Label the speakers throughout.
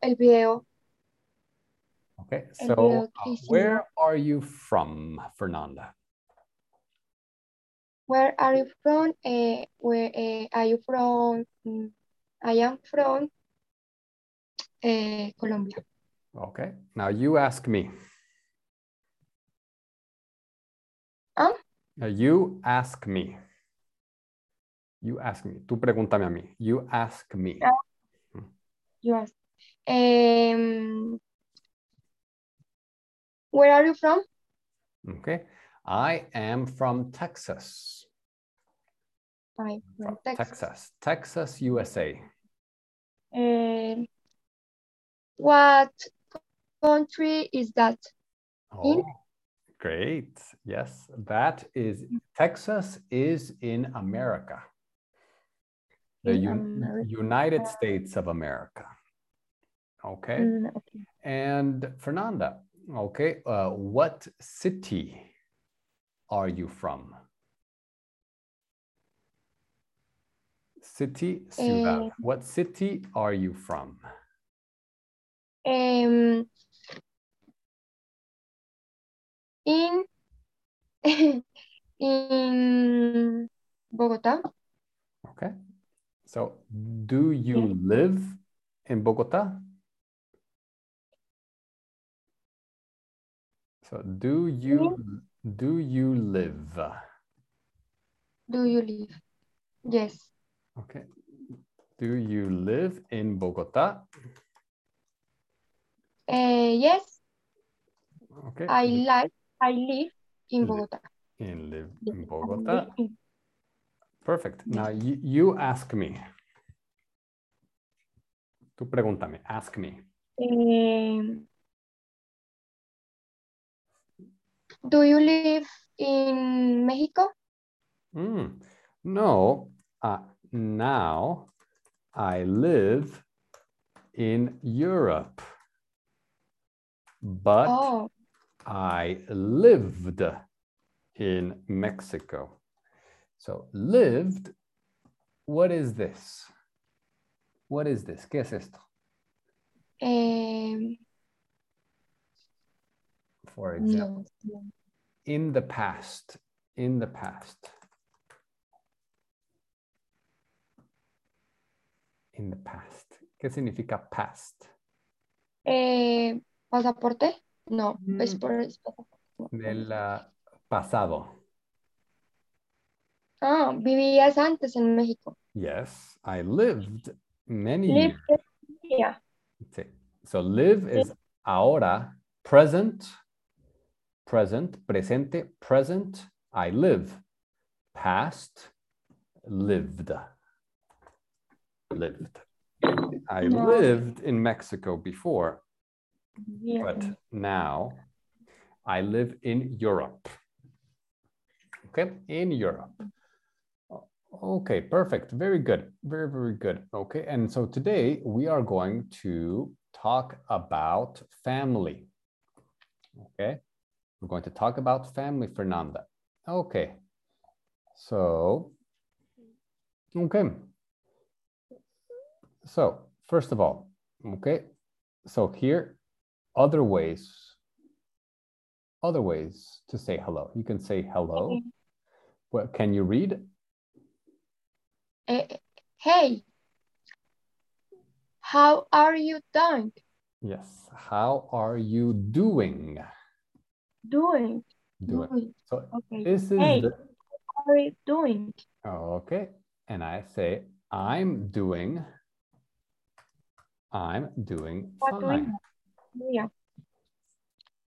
Speaker 1: el video.
Speaker 2: Okay,
Speaker 1: El
Speaker 2: so
Speaker 1: video
Speaker 2: uh,
Speaker 1: que hicimos.
Speaker 2: where are you from, Fernanda?
Speaker 1: Where are you from? Eh, where eh, are you from? Mm, I am from eh, Colombia.
Speaker 2: Okay, now you ask me.
Speaker 1: Huh?
Speaker 2: Now you ask me. You ask me. Tú pregúntame a mí. You ask me.
Speaker 1: Ah. You ask. Em, where are you from?
Speaker 2: Okay, I am from Texas.
Speaker 1: I'm from Texas.
Speaker 2: Texas, Texas, USA.
Speaker 1: Em, what country is that?
Speaker 2: Oh, great. Yes, that is Texas is in America. The
Speaker 1: In
Speaker 2: Un-
Speaker 1: Ameri-
Speaker 2: United States of America. Okay.
Speaker 1: Mm, okay.
Speaker 2: And Fernanda, okay, uh, what city are you from? City, ciudad.
Speaker 1: Eh,
Speaker 2: what city are you from?
Speaker 1: Em, in, in Bogotá.
Speaker 2: Okay. So, do you
Speaker 1: Yeah.
Speaker 2: live in Bogota? So, do you do you live?
Speaker 1: Do you live? Yes.
Speaker 2: Okay. Do you live in Bogota?
Speaker 1: Eh, yes,
Speaker 2: Okay.
Speaker 1: I
Speaker 2: you
Speaker 1: live. I live in
Speaker 2: Live.
Speaker 1: Bogotá.
Speaker 2: In live
Speaker 1: Yes,
Speaker 2: in
Speaker 1: I
Speaker 2: Bogota.
Speaker 1: live in-
Speaker 2: Perfect. Now you, you ask me. Tú pregúntame. Ask me.
Speaker 1: Em, do you live in Mexico?
Speaker 2: Mm, No, uh, now I live in Europe, but
Speaker 1: Oh,
Speaker 2: I lived in Mexico. So, lived, what is this? What is this? ¿Qué es esto?
Speaker 1: em,
Speaker 2: For example,
Speaker 1: no, no.
Speaker 2: in the past, in the past. In the past. ¿Qué significa past?
Speaker 1: Eh, ¿pasaporte? No, es
Speaker 2: Mm.
Speaker 1: por es pasaporte, no.
Speaker 2: Del ah, pasado.
Speaker 1: Ah, vivías antes en México.
Speaker 2: Yes, I lived many
Speaker 1: Live,
Speaker 2: years.
Speaker 1: yeah.
Speaker 2: Sí. So live is ahora, present, present, presente, present, I live. Past, lived. Lived. I
Speaker 1: No.
Speaker 2: lived in Mexico before,
Speaker 1: yeah.
Speaker 2: but now I live in Europe. Okay, in Europe. O- Okay, perfect. Very good. Very, very good. Okay, and so today we are going to talk about family. Okay, we're going to talk about family, Fernanda. Okay, so, okay. So, first of all, okay, so here other ways other ways to say hello you can say hello
Speaker 1: Okay.
Speaker 2: well can you read
Speaker 1: Eh, hey, how are you doing?
Speaker 2: yes how are you doing
Speaker 1: Doing,
Speaker 2: do Eh. it
Speaker 1: doing.
Speaker 2: so
Speaker 1: Okay.
Speaker 2: this is
Speaker 1: Hey.
Speaker 2: the-
Speaker 1: How are you doing?
Speaker 2: oh, okay and i say i'm doing i'm doing
Speaker 1: What do
Speaker 2: fine
Speaker 1: Yeah.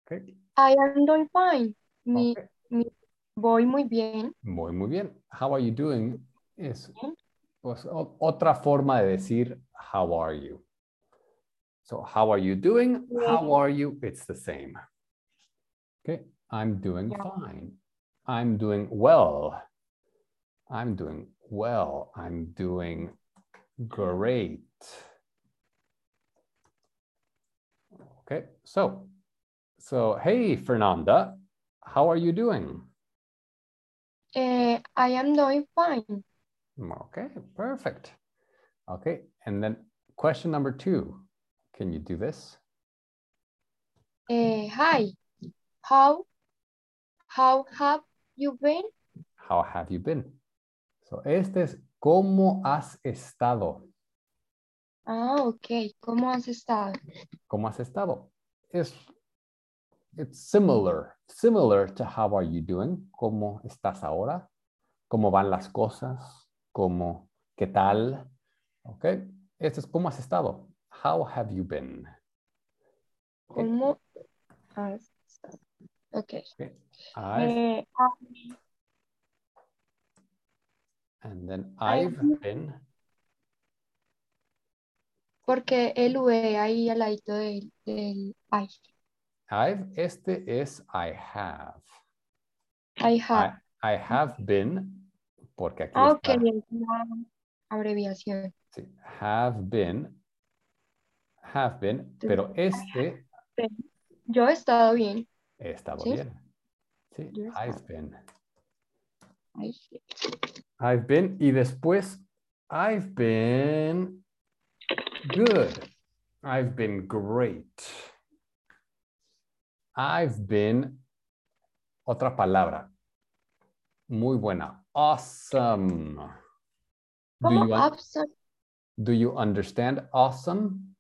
Speaker 2: okay.
Speaker 1: I am doing fine. Mi,
Speaker 2: okay
Speaker 1: Voy muy bien.
Speaker 2: muy muy bien how are you doing es
Speaker 1: Bien.
Speaker 2: pues, o- otra forma de decir how are you So how are you doing? How are you? It's the same. Okay. I'm doing
Speaker 1: Yeah.
Speaker 2: fine. I'm doing well. I'm doing well. I'm doing great. Okay. So, so hey, Fernanda, how are you doing?
Speaker 1: Eh, I am doing fine.
Speaker 2: Okay. Perfect. Okay. And then question number two. Can you do this?
Speaker 1: Eh, hi. How how have you been?
Speaker 2: How have you been? So, este es ¿Cómo has estado?
Speaker 1: Ah, ok. ¿Cómo has estado?
Speaker 2: ¿Cómo has estado? Es it's similar, similar to how are you doing, cómo estás ahora, cómo van las cosas, cómo, qué tal, ok. Esto es cómo has estado, how have you been. Ok,
Speaker 1: ¿Cómo has estado? Ok.
Speaker 2: ok. I've,
Speaker 1: Eh, ah,
Speaker 2: and then
Speaker 1: I-
Speaker 2: I've been,
Speaker 1: porque el V ahí al ladito del, del I.
Speaker 2: I've, este es I have. Ah,
Speaker 1: I have.
Speaker 2: I have been, porque aquí
Speaker 1: Ah, ok.
Speaker 2: está,
Speaker 1: Es una abreviación.
Speaker 2: sí, have been, have been,
Speaker 1: Tú-
Speaker 2: pero este
Speaker 1: Yo he estado bien.
Speaker 2: He estado
Speaker 1: Sí.
Speaker 2: bien. Sí,
Speaker 1: Yo he
Speaker 2: I've
Speaker 1: estado.
Speaker 2: been.
Speaker 1: Ay,
Speaker 2: I've been. Y después, I've been good. I've been great. I've been. Otra palabra. Muy buena. Awesome. Do
Speaker 1: ¿Cómo? Ah.
Speaker 2: you, un-
Speaker 1: Absent.
Speaker 2: do you understand awesome?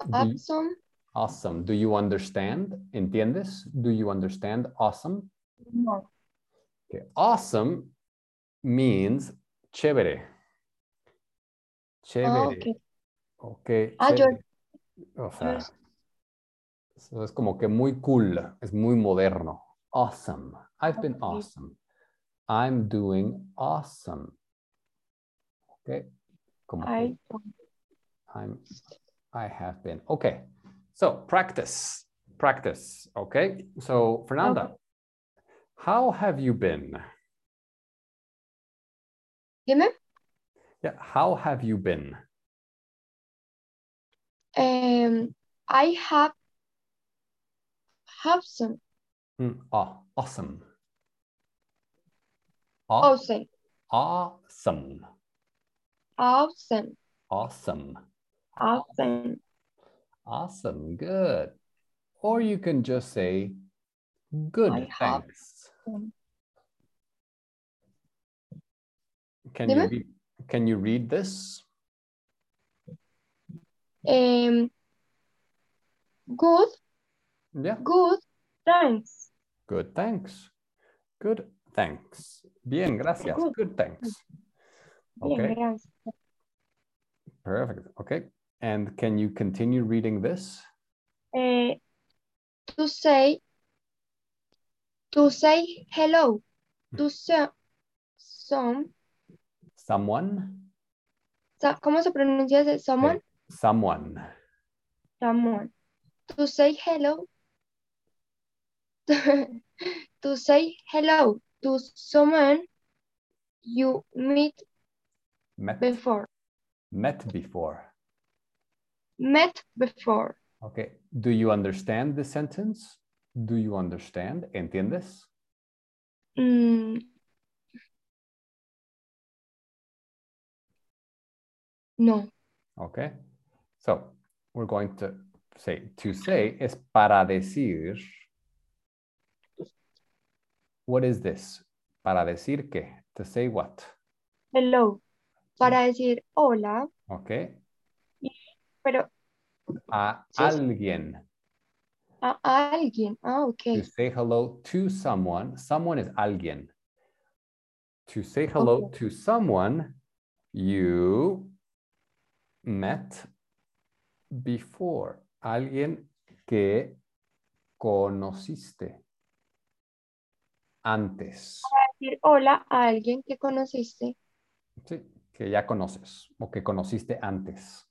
Speaker 2: Do you-
Speaker 1: Absent.
Speaker 2: awesome. Do you understand? ¿Entiendes? Do you understand awesome?
Speaker 1: No.
Speaker 2: Okay, Awesome means chévere.
Speaker 1: Ah,
Speaker 2: Chévere.
Speaker 1: ok.
Speaker 2: ok,
Speaker 1: Ah, yo-
Speaker 2: chévere. O sea, eso es como que muy cool, es muy moderno. Awesome. I've been
Speaker 1: Ok.
Speaker 2: awesome. I'm doing awesome. Okay. Como que
Speaker 1: Ay,
Speaker 2: I'm I have been. Okay. So practice. Practice. Okay. So Fernanda, how have you been?
Speaker 1: dime.
Speaker 2: Yeah, how have you been?
Speaker 1: Em, I have have some
Speaker 2: Mm, ah, awesome. Ah,
Speaker 1: awesome
Speaker 2: awesome.
Speaker 1: awesome
Speaker 2: Awesome.
Speaker 1: awesome.
Speaker 2: Awesome. Good. Or you can just say, good.
Speaker 1: I have-
Speaker 2: Thanks.
Speaker 1: um,
Speaker 2: Can you,
Speaker 1: Dime.
Speaker 2: read, can you read this?
Speaker 1: Em, good,
Speaker 2: Yeah.
Speaker 1: good, thanks.
Speaker 2: Good. Thanks. Good. Thanks. Bien. Gracias.
Speaker 1: Good.
Speaker 2: Good. Thanks.
Speaker 1: Bien,
Speaker 2: Okay.
Speaker 1: gracias.
Speaker 2: Perfect. Okay. And can you continue reading this?
Speaker 1: Eh, to say to say hello to so- some,
Speaker 2: Someone.
Speaker 1: so- ¿cómo se pronuncia ese? Someone,
Speaker 2: Someone.
Speaker 1: someone. To say hello. to say hello to someone you meet
Speaker 2: Met,
Speaker 1: before,
Speaker 2: met before.
Speaker 1: met before.
Speaker 2: Okay. Do you understand the sentence? Do you understand? ¿Entiendes?
Speaker 1: Mm. No,
Speaker 2: Okay. So we're going to say to say is para decir. What is this? Para decir que. To say what?
Speaker 1: hello, para decir hola,
Speaker 2: Okay.
Speaker 1: pero
Speaker 2: A
Speaker 1: Sí, sí.
Speaker 2: alguien.
Speaker 1: a alguien. Ah,
Speaker 2: To
Speaker 1: ok.
Speaker 2: say hello to someone. Someone is alguien. To say hello to someone you met before. Alguien que conociste antes.
Speaker 1: Decir hola a alguien que conociste.
Speaker 2: Sí, que ya conoces o que conociste antes.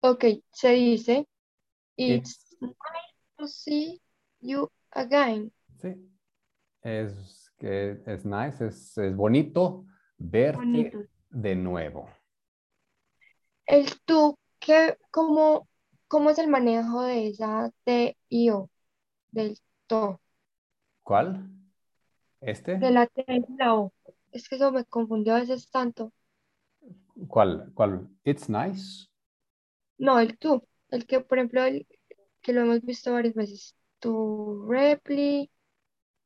Speaker 1: Ok, se dice,
Speaker 2: It's-
Speaker 1: it's nice to see you again.
Speaker 2: Sí. Es que es nice, es, es bonito verte
Speaker 1: Bonito.
Speaker 2: de nuevo.
Speaker 1: El tú, ¿qué, cómo, cómo es el manejo de esa T y O? Del to,
Speaker 2: ¿Cuál? ¿Este?
Speaker 1: de la T y la O. Es que eso me confundió a veces tanto.
Speaker 2: ¿Cuál? ¿Cuál? It's nice.
Speaker 1: No, el tú, el que, por ejemplo, el que lo hemos visto varias veces. Tu repli,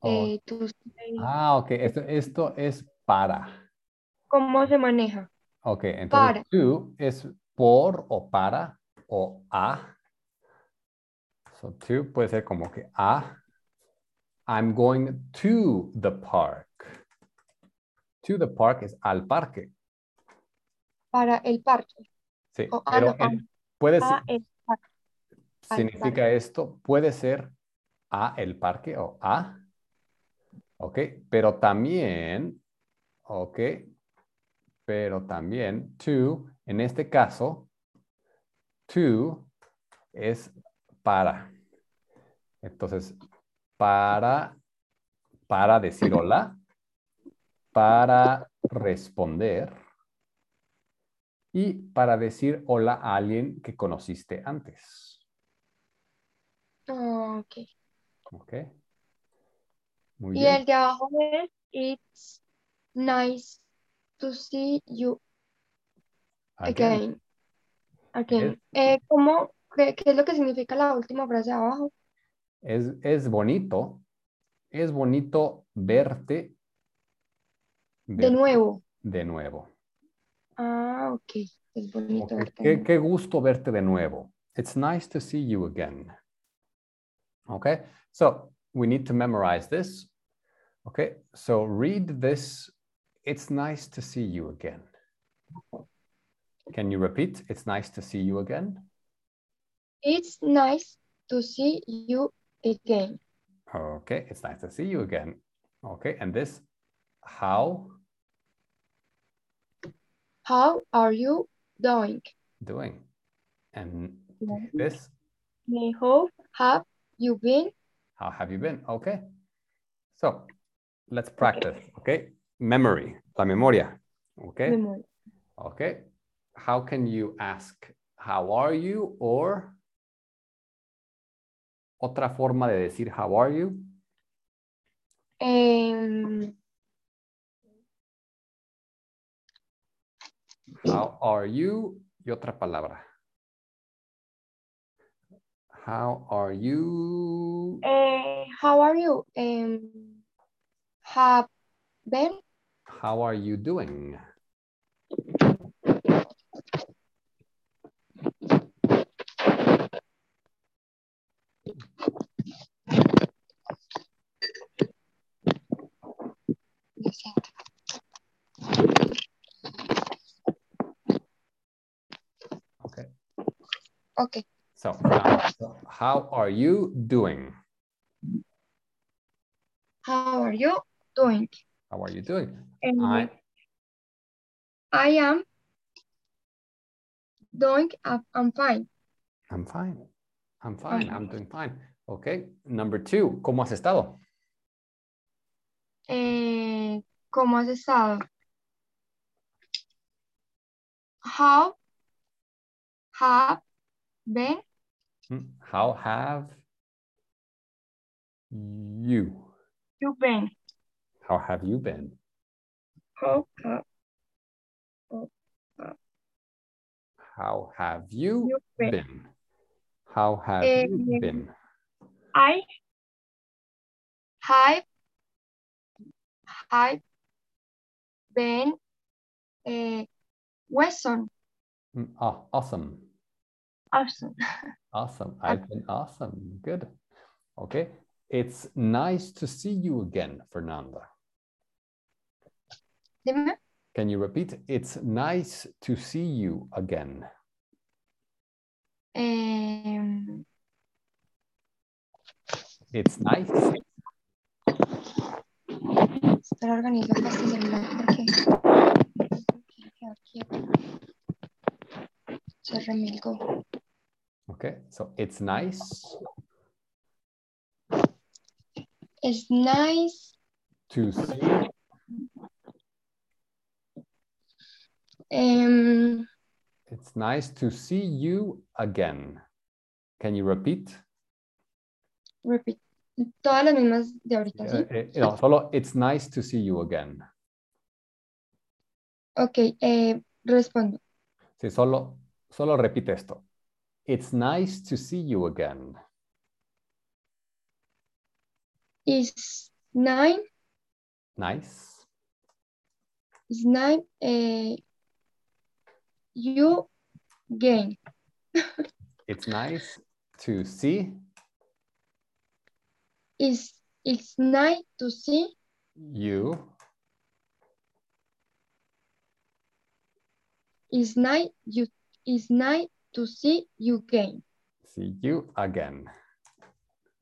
Speaker 2: Oh,
Speaker 1: eh, tus-
Speaker 2: ah, ok. Esto, esto es para.
Speaker 1: ¿cómo se maneja?
Speaker 2: Ok, entonces
Speaker 1: Para.
Speaker 2: to es por o para o a. So to puede ser como que a. I'm going to the park. To the park es al parque.
Speaker 1: Para el parque.
Speaker 2: Sí,
Speaker 1: O, ah,
Speaker 2: pero
Speaker 1: no, ah,
Speaker 2: el- puede ser-
Speaker 1: a el parque. al
Speaker 2: significa esto, puede ser a el parque o a, ok, pero también, ok, pero también to, en este caso, to es para. Entonces, para, para decir hola, para responder y para decir hola a alguien que conociste antes.
Speaker 1: Ah, ok.
Speaker 2: Ok. Muy
Speaker 1: Y
Speaker 2: bien.
Speaker 1: el de abajo es, it's nice to see you
Speaker 2: Again.
Speaker 1: again. Again. Eh, ¿cómo, qué, qué es lo que significa la última frase de abajo?
Speaker 2: Es, es bonito. Es bonito verte
Speaker 1: De
Speaker 2: ver-
Speaker 1: nuevo.
Speaker 2: de nuevo.
Speaker 1: Ah, ok. Es bonito
Speaker 2: Ok,
Speaker 1: verte. de
Speaker 2: Qué,
Speaker 1: nuevo.
Speaker 2: qué gusto verte de nuevo. It's nice to see you again. Okay. So we need to memorize this. Okay. So read this. It's nice to see you again. Can you repeat? It's nice to see you again.
Speaker 1: It's nice to see you again.
Speaker 2: Okay, it's nice to see you again. Okay, and this, how
Speaker 1: How are you doing?
Speaker 2: doing? And
Speaker 1: Bien.
Speaker 2: this,
Speaker 1: How have you been?
Speaker 2: how have you been? Okay, so let's practice. Okay, memory, la memoria. Okay,
Speaker 1: Memory.
Speaker 2: okay. How can you ask, how are you? Or otra forma de decir, how are you?
Speaker 1: Em,
Speaker 2: How are you? Y otra palabra. How are you?
Speaker 1: eh, how are you? Em, have been?
Speaker 2: How are you doing?
Speaker 1: Lo siento.
Speaker 2: Okay.
Speaker 1: Ok.
Speaker 2: So, now, how are you doing?
Speaker 1: How are you doing?
Speaker 2: How are you doing?
Speaker 1: Em,
Speaker 2: I
Speaker 1: I am doing, I'm I'm fine.
Speaker 2: I'm fine. I'm fine. I'm doing fine. Okay. Number two, ¿cómo has estado?
Speaker 1: Eh, ¿cómo has estado? How have been?
Speaker 2: Hmm? How have you?
Speaker 1: You been?
Speaker 2: How have you been?
Speaker 1: How have
Speaker 2: How have you
Speaker 1: you been?
Speaker 2: been? How have
Speaker 1: Eh,
Speaker 2: you been?
Speaker 1: I have have been eh, Wesson
Speaker 2: Hmm, Oh, awesome.
Speaker 1: awesome.
Speaker 2: Awesome. I've been awesome. Good. Okay. It's nice to see you again, Fernanda.
Speaker 1: Dime.
Speaker 2: Can you repeat? It's nice to see you again.
Speaker 1: Em,
Speaker 2: It's nice.
Speaker 1: espera, organizo acá este celular porque quiero quedar quieta. Se remilgó.
Speaker 2: Okay. So it's nice
Speaker 1: It's nice
Speaker 2: to see
Speaker 1: em,
Speaker 2: it's nice to see you again. Can you repeat?
Speaker 1: Repeat. Todas las mismas de ahorita,
Speaker 2: Uh,
Speaker 1: ¿sí?
Speaker 2: eh, no, solo it's nice to see you again.
Speaker 1: Ok, eh, respondo.
Speaker 2: Sí, solo solo repite esto. It's nice to see you again.
Speaker 1: It's nine.
Speaker 2: Nice.
Speaker 1: It's nine. eh, you gain.
Speaker 2: It's nice to see
Speaker 1: It's, it's nice to see
Speaker 2: you
Speaker 1: It's nice you it's nice to see you again.
Speaker 2: see you again.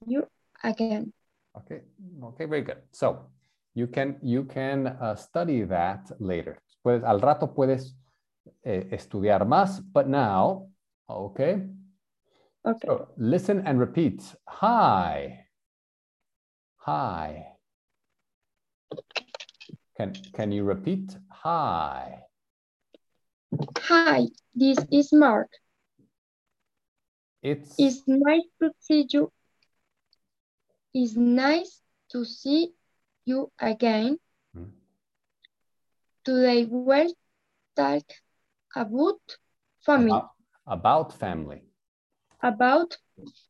Speaker 1: You again.
Speaker 2: Okay. Okay, very good. So, you can you can uh, study that later. Puedes, al rato puedes eh, estudiar más, but now, okay?
Speaker 1: Okay.
Speaker 2: So, listen and repeat. Hi. Hi. Can can you repeat? Hi.
Speaker 1: Hi, this is Mark.
Speaker 2: It's
Speaker 1: It's nice to see you. It's nice to see you again.
Speaker 2: Mm.
Speaker 1: Today we'll talk about family.
Speaker 2: about, about family.
Speaker 1: About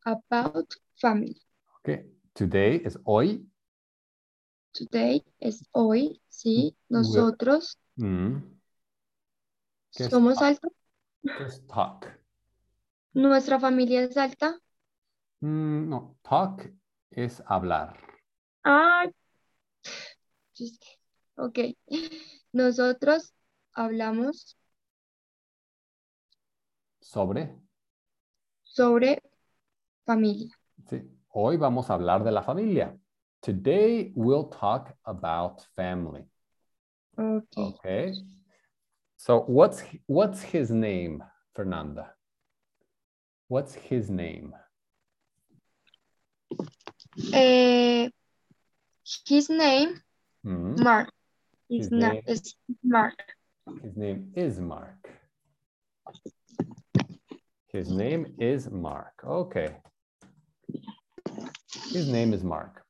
Speaker 1: about family.
Speaker 2: Okay. Today is hoy.
Speaker 1: Today es hoy, sí,
Speaker 2: We're-
Speaker 1: nosotros
Speaker 2: Mm. Guess
Speaker 1: somos
Speaker 2: what?
Speaker 1: alta.
Speaker 2: Just talk.
Speaker 1: Nuestra familia es alta.
Speaker 2: Mm, no, talk es hablar.
Speaker 1: Ah, chis- ok. Nosotros hablamos
Speaker 2: Sobre.
Speaker 1: sobre familia.
Speaker 2: Sí. Hoy vamos a hablar de la familia. Today we'll talk about family.
Speaker 1: Ok.
Speaker 2: Okay. So what's what's his name, Fernanda? What's his name?
Speaker 1: Eh, his name,
Speaker 2: Hmm,
Speaker 1: Mark. Is
Speaker 2: His
Speaker 1: na-
Speaker 2: name.
Speaker 1: is Mark.
Speaker 2: His name is Mark. His name is Mark. Okay. His name is Mark.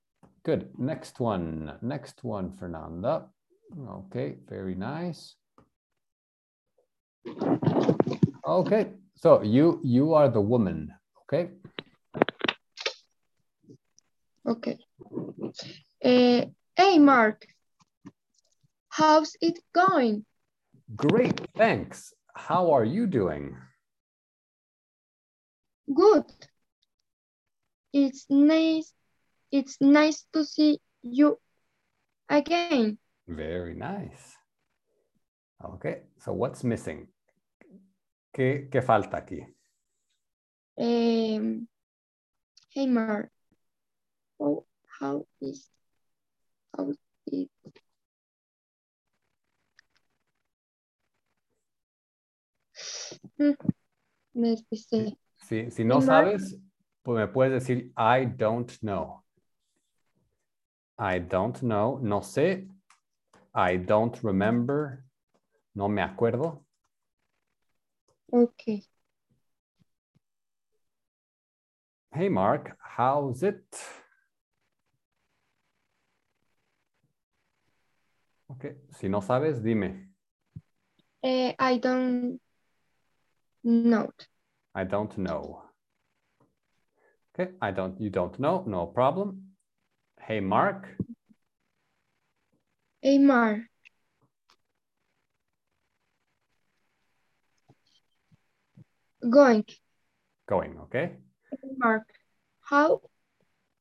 Speaker 2: Good. Next one. Next one, Fernanda. Okay, very nice. Okay. So you you are the woman, okay?
Speaker 1: Ok. Eh, hey, Mark. How's it going?
Speaker 2: Great. Thanks. How are you doing?
Speaker 1: Good. It's nice. It's nice to see you again.
Speaker 2: Very nice. Okay, so what's missing? ¿Qué, qué falta aquí?
Speaker 1: Um, hey Mark, how, how is how is Hmm, me despisté.
Speaker 2: Si, si no
Speaker 1: Hey, Mark.
Speaker 2: sabes, pues me puedes decir I don't know. I don't know, no sé. I don't remember, no me acuerdo.
Speaker 1: Okay.
Speaker 2: Hey Mark, how's it? Okay, si no sabes, dime.
Speaker 1: Eh, I don't know.
Speaker 2: I don't know. Okay, I don't, you don't know, no problem. Hey, Mark,
Speaker 1: Hey Mark, going.
Speaker 2: going, okay?
Speaker 1: Hey Mark, how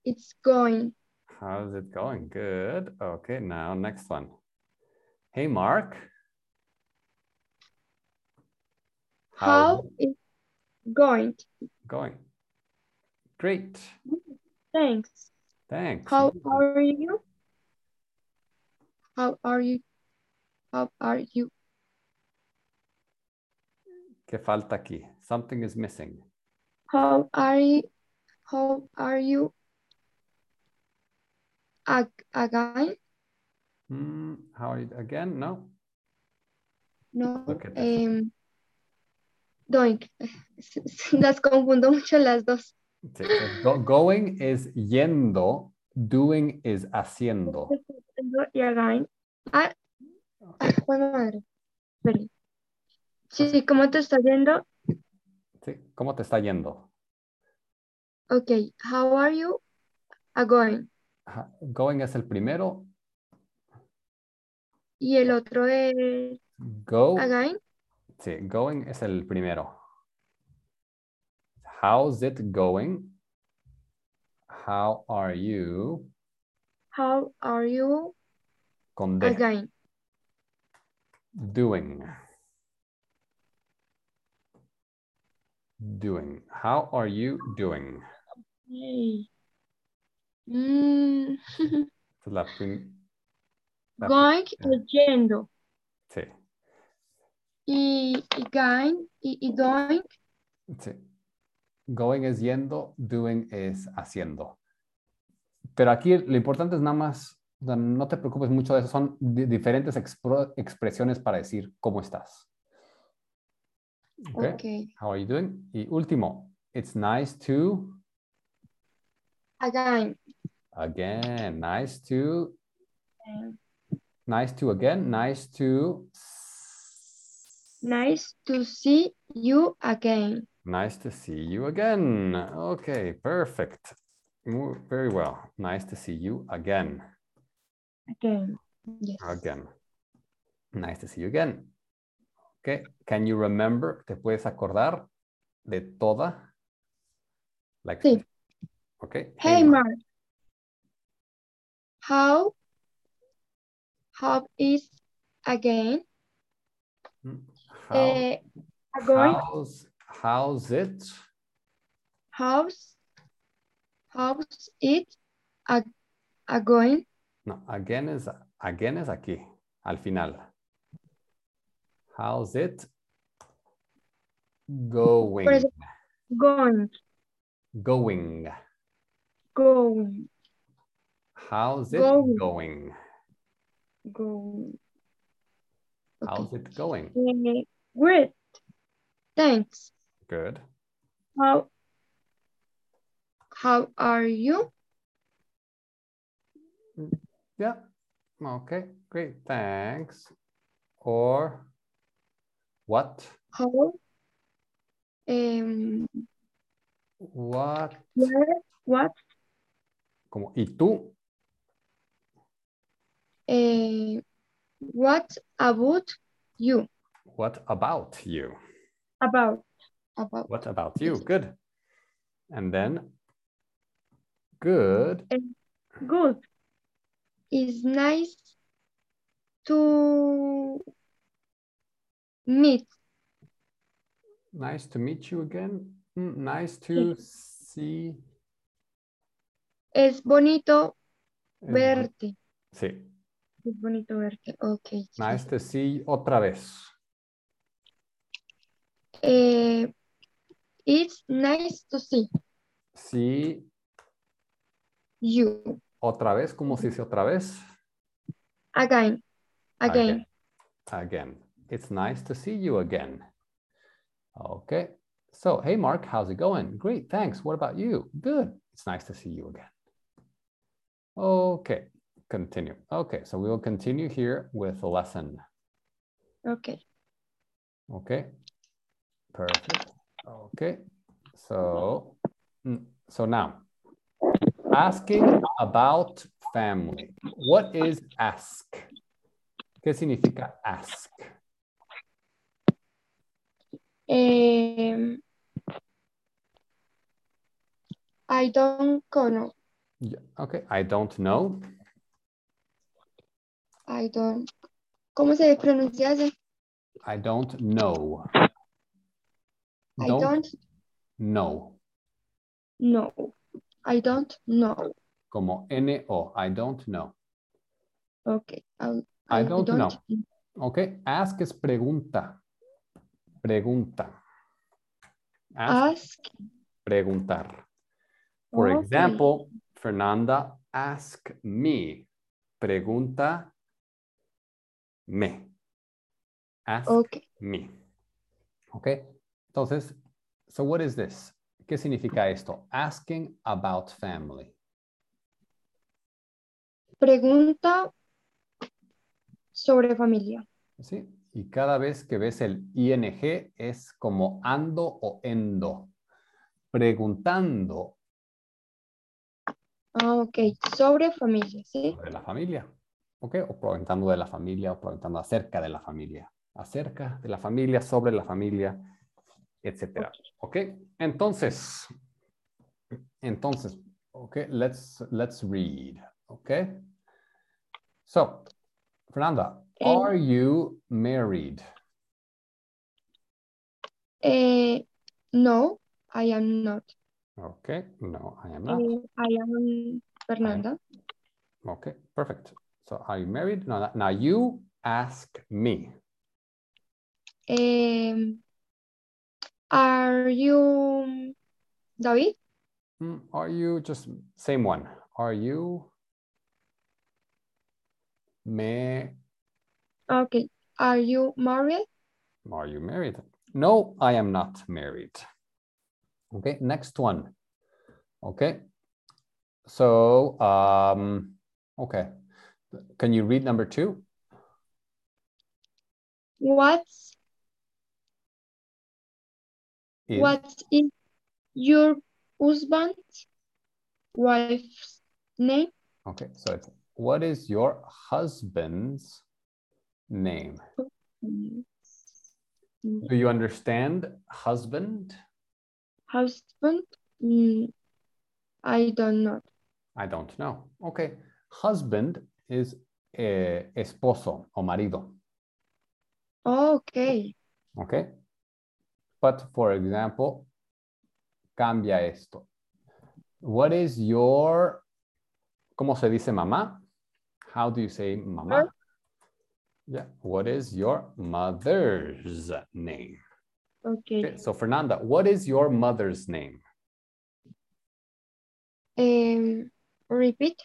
Speaker 1: it's going?
Speaker 2: How's it going? Good. Okay, now next one. Hey, Mark. How's
Speaker 1: How it's going?
Speaker 2: it going? Great.
Speaker 1: Thanks.
Speaker 2: Thanks.
Speaker 1: How
Speaker 2: Amazing.
Speaker 1: are you? How are you? How are you?
Speaker 2: ¿Qué falta aquí? Something is missing.
Speaker 1: How are you? How are you? Ag again?
Speaker 2: Hmm, how are you again? No.
Speaker 1: No.
Speaker 2: Look at this.
Speaker 1: em, doing. Las confundo mucho las dos.
Speaker 2: Sí, so go- going is yendo, doing is haciendo.
Speaker 1: Y again. Ah, ah, fue madre. Espere. Sí, ¿cómo te está yendo?
Speaker 2: ¿Sí? ¿Cómo te está yendo?
Speaker 1: Okay, how are you a going?
Speaker 2: Ajá, Going es el primero.
Speaker 1: Y el otro es
Speaker 2: Go.
Speaker 1: again.
Speaker 2: Sí, going es el primero. How's it going? How are you?
Speaker 1: How are you
Speaker 2: Con D.
Speaker 1: again?
Speaker 2: Doing. Doing. How are you doing?
Speaker 1: Hey. Mm,
Speaker 2: Esta es la prim- la prim-
Speaker 1: going es yendo.
Speaker 2: sí,
Speaker 1: Y, y going, y, y going,
Speaker 2: sí. Going es yendo, doing es haciendo. Pero aquí lo importante es nada más, o sea, no te preocupes mucho de eso, son di- diferentes expro- expresiones para decir cómo estás. ¿Ok?
Speaker 1: okay.
Speaker 2: How are you doing? Y último, it's nice to,
Speaker 1: Again.
Speaker 2: again, nice to, nice to again, nice to,
Speaker 1: Nice to see you again.
Speaker 2: nice to see you again. Okay, perfect. Mu- Very well. Nice to see you again.
Speaker 1: Again. Yes.
Speaker 2: Again. Nice to see you again. Okay, can you remember? ¿Te puedes acordar de toda? Like,
Speaker 1: Sí.
Speaker 2: Okay.
Speaker 1: Hey,
Speaker 2: Mar-
Speaker 1: Mark. How? How is again?
Speaker 2: How-
Speaker 1: Eh, going.
Speaker 2: How's, how's it?
Speaker 1: How's? How's it? A, a going.
Speaker 2: No, again es, again es aquí, al final. How's it going?
Speaker 1: eso- Going.
Speaker 2: Going.
Speaker 1: Going.
Speaker 2: How's it
Speaker 1: Going.
Speaker 2: going?
Speaker 1: Going.
Speaker 2: How's it going?
Speaker 1: Eh, Great. Thanks.
Speaker 2: Good.
Speaker 1: How? How are you?
Speaker 2: Yeah. Okay. Great. Thanks. Or what?
Speaker 1: How? Um,
Speaker 2: What?
Speaker 1: where? What?
Speaker 2: Como, ¿y tú?
Speaker 1: Eh, what about you?
Speaker 2: What about you?
Speaker 1: About. About.
Speaker 2: What about you? Good. And then good.
Speaker 1: Good. It's nice to meet.
Speaker 2: Nice to meet you again. Mm, Nice to see.
Speaker 1: Es bonito
Speaker 2: eh,
Speaker 1: verte.
Speaker 2: Sí.
Speaker 1: Es bonito verte. Ok. sí.
Speaker 2: Nice to see otra vez.
Speaker 1: Eh, it's nice to see
Speaker 2: Sí,
Speaker 1: you
Speaker 2: otra vez. ¿Cómo se dice otra vez?
Speaker 1: again. Again.
Speaker 2: Again. It's nice to see you again. Okay. So, hey, Mark, how's it going? Great, thanks. What about you? Good. It's nice to see you again. Okay, continue. Okay, so we will continue here with the lesson.
Speaker 1: Okay.
Speaker 2: Okay. Perfect. Okay. So, mm, so now asking about family. What is ask? ¿Qué significa ask?
Speaker 1: Em, I don't know.
Speaker 2: Yeah, Okay, I don't know.
Speaker 1: I don't. ¿Cómo se pronuncia ese?
Speaker 2: I don't know.
Speaker 1: I don't
Speaker 2: know.
Speaker 1: know. I don't know.
Speaker 2: Como N-O. I don't know.
Speaker 1: Okay. I,
Speaker 2: I don't know. Ok, ask es pregunta. Pregunta. Ask,
Speaker 1: Ask.
Speaker 2: preguntar. For
Speaker 1: Okay.
Speaker 2: example, Fernanda, ask me. Pregunta me. Ask
Speaker 1: Okay.
Speaker 2: me. Okay. Entonces, so what is this? ¿Qué significa esto? Asking about family.
Speaker 1: Pregunta sobre familia.
Speaker 2: ¿Sí? Y cada vez que ves el ing es como ando o endo. Preguntando
Speaker 1: Ah, ok. Sobre familia, ¿sí?
Speaker 2: de la familia. ¿Ok? O preguntando de la familia o preguntando acerca de la familia. Acerca de la familia, sobre la familia, etcétera. ¿Ok? Entonces, entonces, ok, let's, let's read. ¿Ok? So, Fernanda,
Speaker 1: Eh.
Speaker 2: are you married?
Speaker 1: Eh, no, I am not.
Speaker 2: Ok, no, I am not.
Speaker 1: Eh, I am Fernanda.
Speaker 2: Okay, perfect. So, are you married? Now, now you ask me.
Speaker 1: Em, are you David?
Speaker 2: Mm, Are you just same one? Are you me?
Speaker 1: Okay. Ah, Are you married?
Speaker 2: Are you married? No, I am not married. Okay, next one. Okay, so um, okay, can you read number two?
Speaker 1: What's
Speaker 2: Is-
Speaker 1: what is your husband wife's name?
Speaker 2: Okay, so it's what is your husband's name? Do you understand husband?
Speaker 1: Husband? Mm, I don't know.
Speaker 2: I don't know. Okay. Husband is eh, esposo o marido.
Speaker 1: Oh, Okay.
Speaker 2: Okay. But for example, cambia esto. What is your, ¿cómo se dice mamá? How do you say mamá?
Speaker 1: Mother.
Speaker 2: Yeah. What is your mother's name?
Speaker 1: Okay.
Speaker 2: Okay, So Fernanda, what is your mother's name?
Speaker 1: Um, repeat,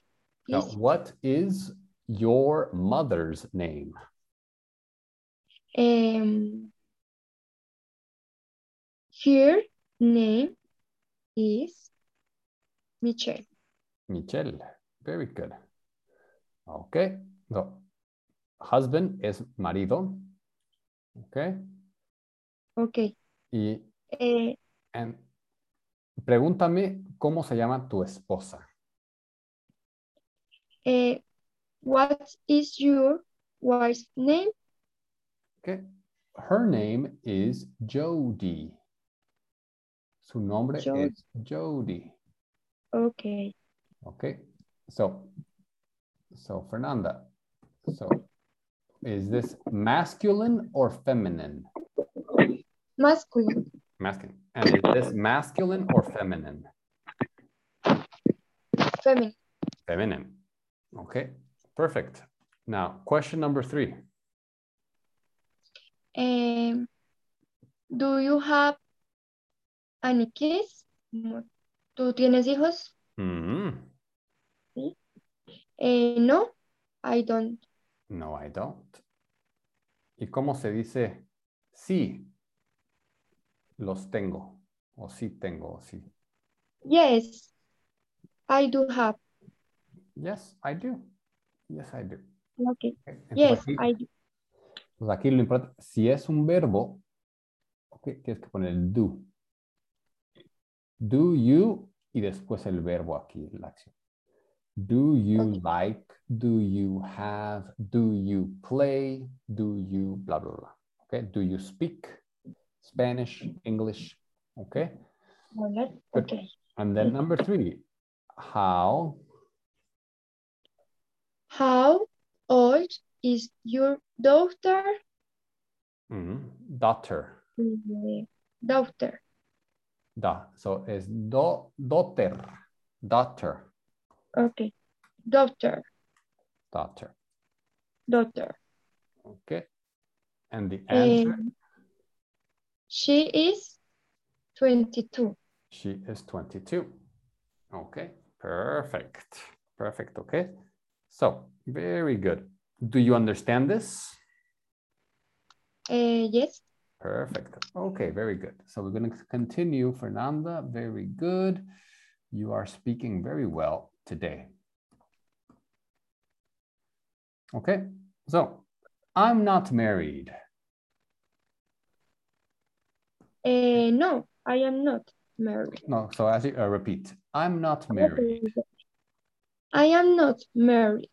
Speaker 2: No,
Speaker 1: please.
Speaker 2: what is your mother's name?
Speaker 1: Um, her name is Michelle.
Speaker 2: Michelle. Very good. Okay. So, husband es marido. Okay.
Speaker 1: Okay.
Speaker 2: Y
Speaker 1: Eh,
Speaker 2: em, pregúntame cómo se llama tu esposa.
Speaker 1: eh, what is your wife's name?
Speaker 2: Okay. Her name is Jody. Su nombre
Speaker 1: Jody.
Speaker 2: es Jody.
Speaker 1: Okay.
Speaker 2: Okay. So, so Fernanda. So, is this masculine or feminine?
Speaker 1: Masculine.
Speaker 2: Masculine. And is this masculine or feminine?
Speaker 1: Feminine.
Speaker 2: Feminine. Okay, perfect. Now, question number three.
Speaker 1: Um, do you have any kids? No. ¿Tú tienes hijos?
Speaker 2: Mhm.
Speaker 1: Eh, no, I don't.
Speaker 2: No, I don't. ¿Y cómo se dice sí? Los tengo. O sí tengo, o sí.
Speaker 1: Yes, I do have.
Speaker 2: Yes, I do. Yes, I do.
Speaker 1: Okay.
Speaker 2: Ok, entonces
Speaker 1: Yes,
Speaker 2: aquí-
Speaker 1: I do.
Speaker 2: Pues aquí lo importante, si es un verbo, ok, tienes que poner el do. Do you y después el verbo aquí, la acción. Do you
Speaker 1: Ok.
Speaker 2: like, do you have, do you play, do you bla bla bla. Okay, do you speak Spanish, English, okay?
Speaker 1: Alright,
Speaker 2: Good.
Speaker 1: Okay.
Speaker 2: And then number 3. How
Speaker 1: How old is your daughter?
Speaker 2: mm, daughter.
Speaker 1: Eh, Daughter.
Speaker 2: Da, so es do daughter. Daughter.
Speaker 1: Okay. Daughter.
Speaker 2: Daughter.
Speaker 1: Daughter.
Speaker 2: Okay. And the
Speaker 1: Eh,
Speaker 2: answer,
Speaker 1: she is 22.
Speaker 2: she is 22. Okay, perfect. Perfect, okay. So, very good. Do you understand this?
Speaker 1: Eh, yes.
Speaker 2: Perfect. Okay, very good. So we're going to continue, Fernanda. Very good. You are speaking very well today. Okay, so I'm not married.
Speaker 1: Eh, no, I am not married.
Speaker 2: No, so as you uh, repeat, I'm not married.
Speaker 1: I am not married.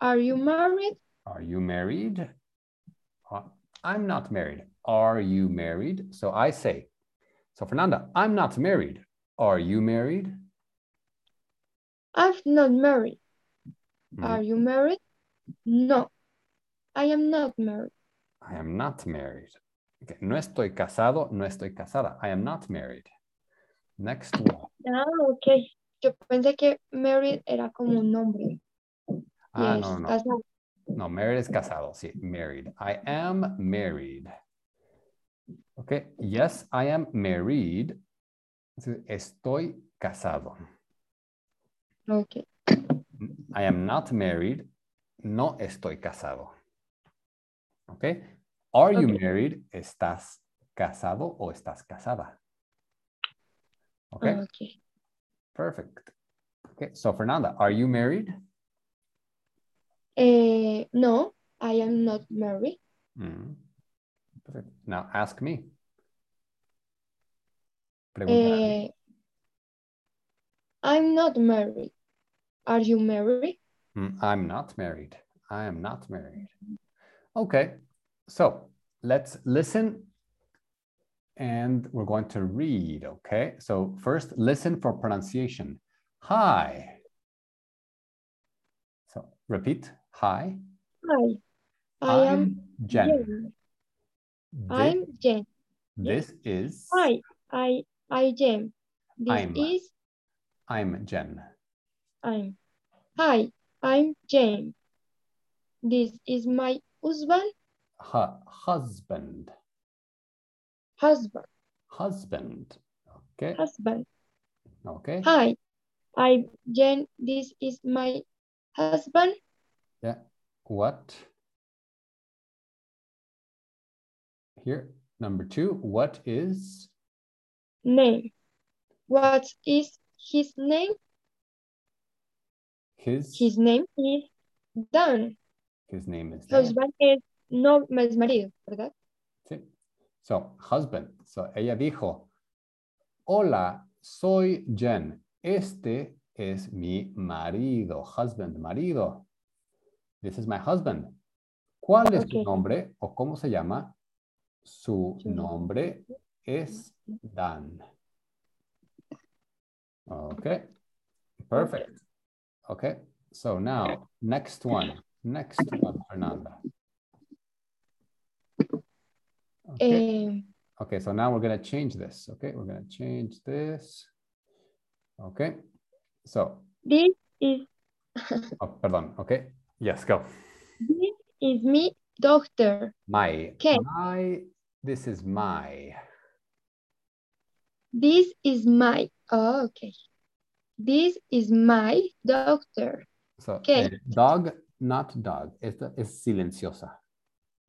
Speaker 1: Are you married?
Speaker 2: Are you married? Uh, I'm not married. Are you married? So I say, so Fernanda, I'm not married. Are you married?
Speaker 1: I'm not married.
Speaker 2: Mm,
Speaker 1: Are you married? No, I am not married.
Speaker 2: I am not married. Okay. No estoy casado, no estoy casada. I am not married. Next one.
Speaker 1: Ah, ok. Yo pensé que married era como un nombre. y
Speaker 2: Ah,
Speaker 1: es
Speaker 2: no, no.
Speaker 1: casado.
Speaker 2: No, married es casado. Sí, married. I am married. Okay. Yes, I am married. Entonces, Estoy casado.
Speaker 1: Ok.
Speaker 2: I am not married. No estoy casado. Okay. Are you
Speaker 1: Ok.
Speaker 2: married? ¿Estás casado o estás casada? Okay.
Speaker 1: Ah, ok.
Speaker 2: Perfect. Okay. So, Fernanda, are you married?
Speaker 1: Eh, no, I am not married.
Speaker 2: Mm. Perfect. Now ask me. Pregunta. a mí.
Speaker 1: Eh, I'm not married. Are you married?
Speaker 2: Mm, I'm not married. I am not married. Okay. So let's listen and we're going to read. Okay. So first, listen for pronunciation. Hi. So repeat. Hi.
Speaker 1: Hi, I am
Speaker 2: Jen.
Speaker 1: Jen.
Speaker 2: Thi-
Speaker 1: I'm Jen.
Speaker 2: This is.
Speaker 1: Hi, I, I Jen. This
Speaker 2: I'm.
Speaker 1: is
Speaker 2: I'm Jen.
Speaker 1: I'm. Hi, I'm Jen. This is my husband.
Speaker 2: Hu- husband.
Speaker 1: Husband.
Speaker 2: Husband. Okay.
Speaker 1: Husband.
Speaker 2: Okay.
Speaker 1: Hi, I'm Jen. This is my husband.
Speaker 2: Yeah. What? Here, number two. What is
Speaker 1: Name. What is his name?
Speaker 2: his?
Speaker 1: His name is Dan.
Speaker 2: His name is. Dan.
Speaker 1: Husband es no es marido, ¿verdad?
Speaker 2: Sí. So, husband. So, ella dijo, hola, soy Jen. Este es mi marido. Husband, marido. This is my husband. ¿Cuál es tu
Speaker 1: Ok.
Speaker 2: nombre o cómo se llama? Su
Speaker 1: Su
Speaker 2: nombre es Dan. Okay. Perfect. Okay. So now, next one. Next one, Fernanda. Okay.
Speaker 1: Eh,
Speaker 2: Okay, so now we're gonna change this. Okay, we're gonna change this. Okay, so,
Speaker 1: this is
Speaker 2: oh, pardon. Okay, yes, go.
Speaker 1: this is me doctor.
Speaker 2: My,
Speaker 1: Okay.
Speaker 2: my, this is my,
Speaker 1: This is my oh, okay. This is my doctor.
Speaker 2: so
Speaker 1: Okay.
Speaker 2: eh, dog, not dog. Esta es silenciosa.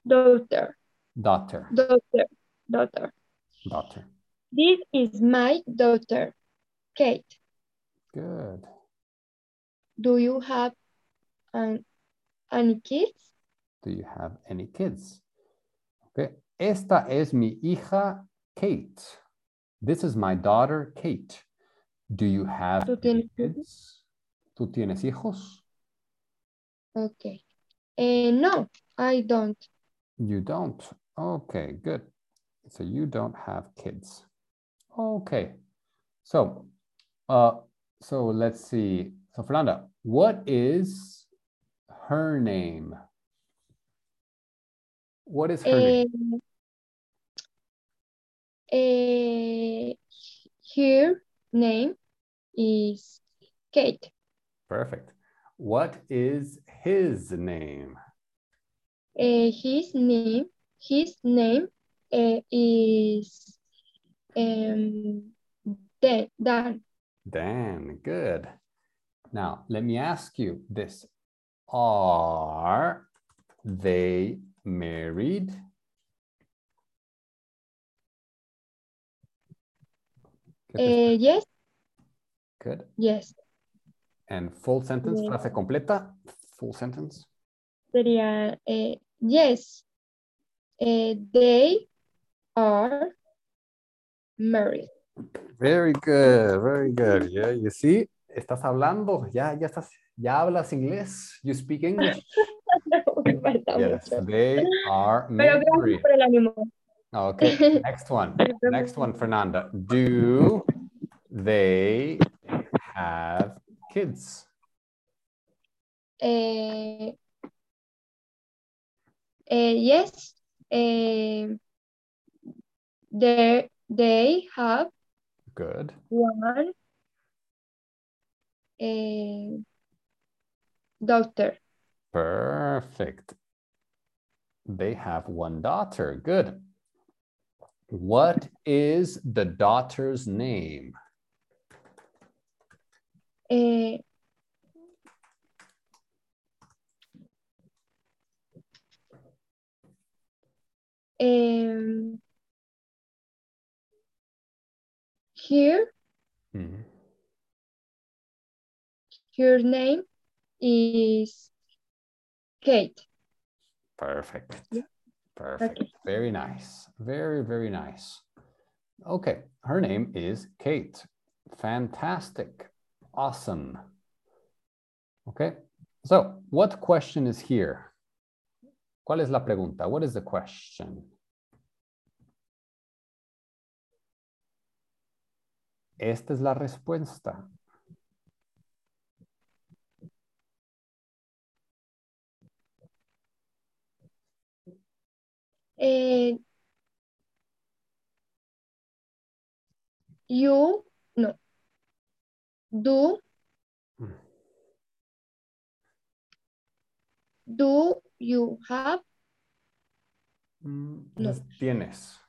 Speaker 1: Doctor.
Speaker 2: Daughter,
Speaker 1: Doctor. Doctor.
Speaker 2: daughter.
Speaker 1: This is my daughter. Kate,
Speaker 2: Good.
Speaker 1: do you have an, any kids?
Speaker 2: Do you have any kids? Okay, esta es mi hija, Kate. This is my daughter, Kate. Do you have
Speaker 1: ¿Tú
Speaker 2: any
Speaker 1: tienes hijos?
Speaker 2: kids? ¿Tú tienes hijos?
Speaker 1: Okay. Eh, no, I don't.
Speaker 2: You don't. Okay, good. So you don't have kids. Okay. So, uh, so let's see. So Fernanda, what is her name? What is her name?
Speaker 1: Eh, eh, her name is Kate.
Speaker 2: Perfect. What is his name?
Speaker 1: Eh, his name, his name eh, is um, Dan. Dan.
Speaker 2: Dan. Good. Now, let me ask you this. Are they married? ¿Qué te-
Speaker 1: Eh, yes,
Speaker 2: Good.
Speaker 1: yes.
Speaker 2: And full sentence,
Speaker 1: Eh,
Speaker 2: frase completa, full sentence.
Speaker 1: Sería eh, yes. Eh, they are married.
Speaker 2: Very good, very good. Yeah, you see, estás hablando, ya, ya estás, ya hablas inglés. You speak English.
Speaker 1: Me falta
Speaker 2: Yes,
Speaker 1: mucho.
Speaker 2: they are
Speaker 1: Pero
Speaker 2: married.
Speaker 1: gracias por el ánimo.
Speaker 2: Okay, next one. Next one, Fernanda. Do they have kids?
Speaker 1: Eh, eh, yes, eh, they, they have
Speaker 2: Good.
Speaker 1: one eh, daughter.
Speaker 2: Perfect. They have one daughter. Good. What is the daughter's name?
Speaker 1: Eh, em, here,
Speaker 2: Mhm.
Speaker 1: her name is Kate.
Speaker 2: Perfect.
Speaker 1: Yeah.
Speaker 2: Perfect. Very nice. Very, very nice. Okay. Her name is Kate. Fantastic. Awesome. Okay. So, what question is here? ¿Cuál es la pregunta? What is the question? Esta es la respuesta.
Speaker 1: Eh, you, no. Do,
Speaker 2: Mm.
Speaker 1: do you have,
Speaker 2: Mm,
Speaker 1: No.
Speaker 2: es Tienes.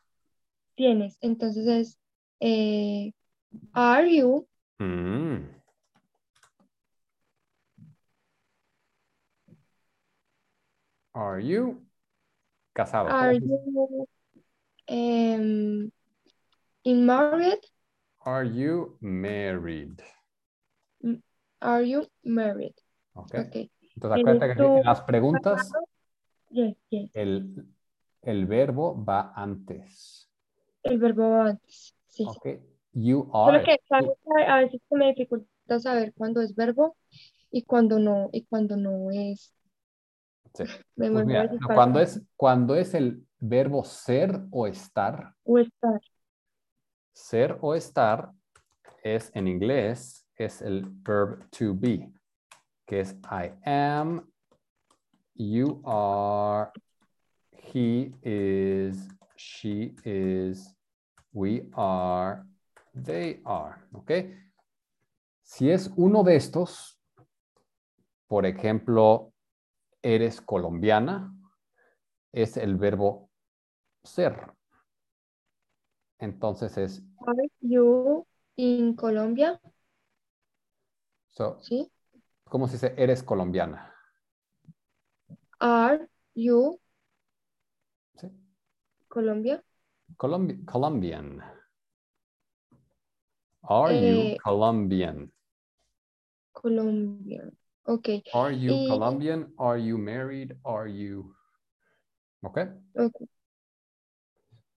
Speaker 1: tienes. Entonces es, eh, are you,
Speaker 2: Mm. Are you casado? ¿Cómo
Speaker 1: are
Speaker 2: se dice?
Speaker 1: you, em, in married?
Speaker 2: Are you married?
Speaker 1: Are you married?
Speaker 2: Ok.
Speaker 1: Okay.
Speaker 2: Entonces acuérdate que
Speaker 1: ¿Eres tú
Speaker 2: en las preguntas
Speaker 1: Yes, yes.
Speaker 2: el, el verbo va antes.
Speaker 1: El verbo antes. Sí, sí.
Speaker 2: Ok. You
Speaker 1: Solo
Speaker 2: are.
Speaker 1: que ¿sabes? a a veces se me dificulta saber cuándo es verbo y cuándo no, y cuándo no es.
Speaker 2: Sí.
Speaker 1: Me
Speaker 2: Pues
Speaker 1: vuelvo
Speaker 2: mira,
Speaker 1: a dificultar.
Speaker 2: cuando es, cuando es el verbo ser o estar,
Speaker 1: O estar.
Speaker 2: ser o estar es en inglés, es el verb to be, que es I am, you are, he is, she is, we are, they are. ¿Ok? Si es uno de estos, por ejemplo, eres colombiana, es el verbo ser. Entonces es
Speaker 1: Are you in Colombia?
Speaker 2: So,
Speaker 1: Sí.
Speaker 2: ¿cómo se dice eres colombiana?
Speaker 1: Are you
Speaker 2: Sí.
Speaker 1: Colombia?
Speaker 2: Colombi- Colombian. Are
Speaker 1: Eh,
Speaker 2: you Colombian?
Speaker 1: Colombia. Ok,
Speaker 2: Are you
Speaker 1: y-
Speaker 2: Colombian? Are you married? Are you... Okay.
Speaker 1: ok.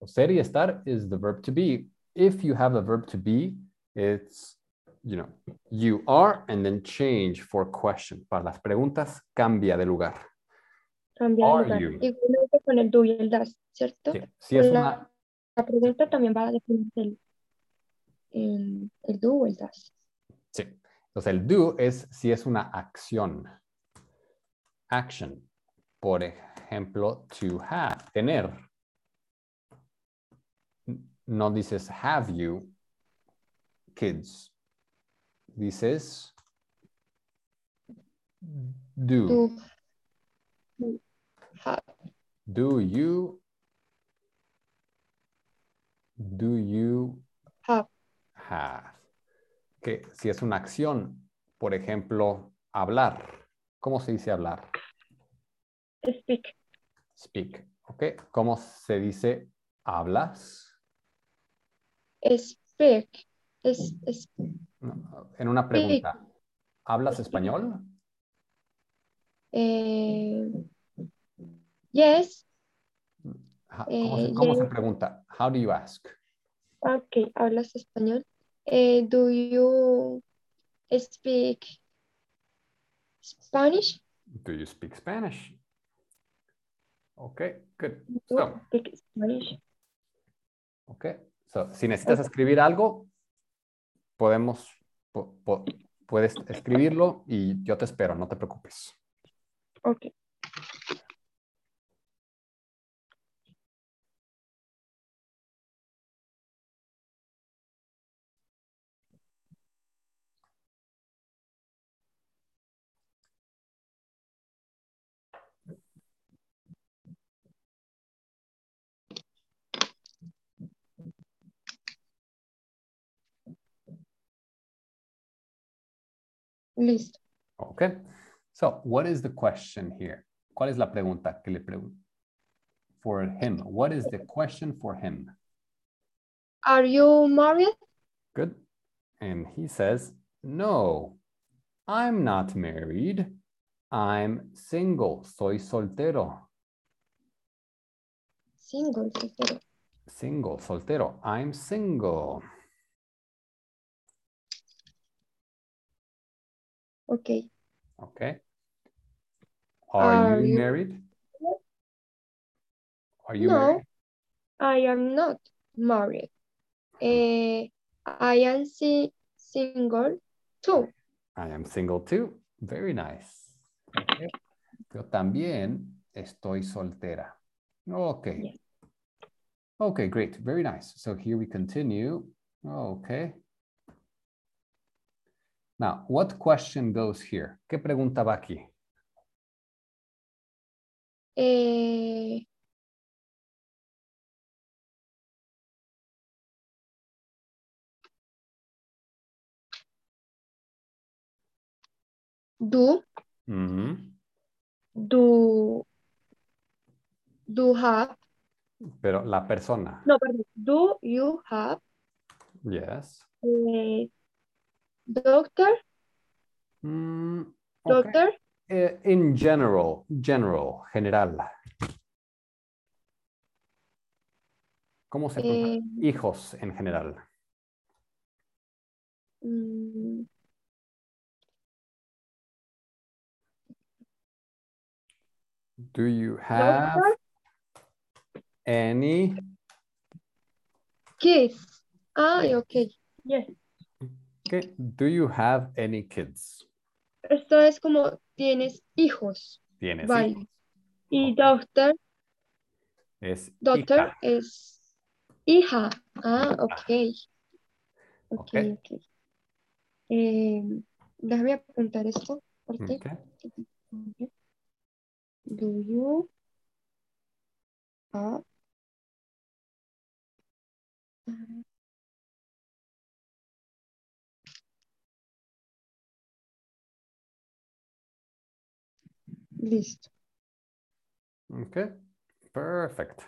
Speaker 2: Ser y estar is the verb to be. If you have a verb to be, it's, you know, you are and then change for question. Para las preguntas, cambia de lugar.
Speaker 1: Cambia de
Speaker 2: Are
Speaker 1: lugar.
Speaker 2: you?
Speaker 1: Igualmente con el do y el das, ¿cierto?
Speaker 2: Sí. Si es
Speaker 1: Hola.
Speaker 2: una...
Speaker 1: La pregunta también va a definir el, el, el do o el das.
Speaker 2: Sí. Entonces el do es si es una acción. Action. Por ejemplo, to have, tener. No dices have you kids. Dices do. Mm.
Speaker 1: Do have.
Speaker 2: Do you do you
Speaker 1: Have.
Speaker 2: have? Que si es una acción, por ejemplo, hablar. ¿Cómo se dice hablar?
Speaker 1: Speak.
Speaker 2: Speak. ¿Ok? ¿Cómo se dice hablas?
Speaker 1: Speak. Es, es-
Speaker 2: No, En una pregunta. ¿Hablas español?
Speaker 1: eh, yes.
Speaker 2: Ja, ¿Cómo se, cómo se pregunta? How do you ask?
Speaker 1: Okay, hablas español. Eh, do you speak Spanish?
Speaker 2: Do you speak Spanish? Okay, good.
Speaker 1: Do
Speaker 2: So,
Speaker 1: you speak Spanish?
Speaker 2: okay. So, si necesitas escribir algo, podemos, po- po- puedes escribirlo y yo te espero, no te preocupes.
Speaker 1: Okay. Listo.
Speaker 2: Okay. So, what is the question here? ¿Cuál es la pregunta que le pregun- For him, what is the question for him?
Speaker 1: Are you married?
Speaker 2: Good. And he says, No, I'm not married. I'm single. Soy soltero.
Speaker 1: Single, soltero.
Speaker 2: Single, soltero. I'm single.
Speaker 1: Okay.
Speaker 2: Okay. Are
Speaker 1: Are
Speaker 2: you
Speaker 1: you-
Speaker 2: married? Are you
Speaker 1: No.
Speaker 2: married?
Speaker 1: I am not married. Eh, I am si- single too.
Speaker 2: I am single too. Very nice. Okay. Yo también estoy soltera. Okay.
Speaker 1: Yes.
Speaker 2: Okay, great. Very nice. So here we continue. Okay. Now, what question goes here? ¿Qué pregunta va aquí?
Speaker 1: Eh, do
Speaker 2: Ujú.
Speaker 1: do do have
Speaker 2: Pero la persona.
Speaker 1: no perdón do you have
Speaker 2: Yes.
Speaker 1: a doctor
Speaker 2: Mm, okay.
Speaker 1: doctor
Speaker 2: Eh, in general, general, general. ¿Cómo se pronuncia?
Speaker 1: eh,
Speaker 2: Hijos en general.
Speaker 1: mm,
Speaker 2: Do you have any?
Speaker 1: kids ah okay yes
Speaker 2: Okay. Do you have any kids?
Speaker 1: esto es como tienes hijos
Speaker 2: Tienes
Speaker 1: Vale.
Speaker 2: hijos.
Speaker 1: y
Speaker 2: Ok.
Speaker 1: doctor
Speaker 2: Es
Speaker 1: doctor
Speaker 2: hija.
Speaker 1: es hija ah okay okay okay Eh, déjame apuntar esto porque
Speaker 2: Ok.
Speaker 1: Okay. Do you have Listo.
Speaker 2: Okay, perfect.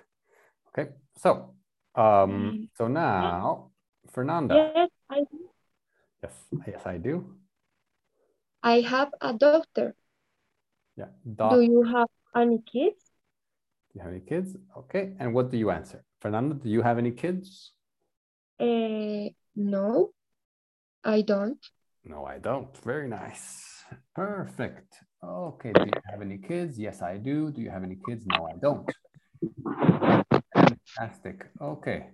Speaker 2: Okay, so
Speaker 1: Mm.
Speaker 2: um, so now Fernanda.
Speaker 1: Yes, I,
Speaker 2: Yes, yes, I do.
Speaker 1: I have a doctor.
Speaker 2: Yeah.
Speaker 1: Do
Speaker 2: Doc,
Speaker 1: you have any kids?
Speaker 2: you have any kids? Okay, and what do you answer, Fernanda? Do you have any kids?
Speaker 1: Eh, no, I don't.
Speaker 2: No, I don't. Very nice. Perfect. Okay. Do you have any kids? Yes, I do. Do you have any kids? No, I don't. Fantastic. Okay.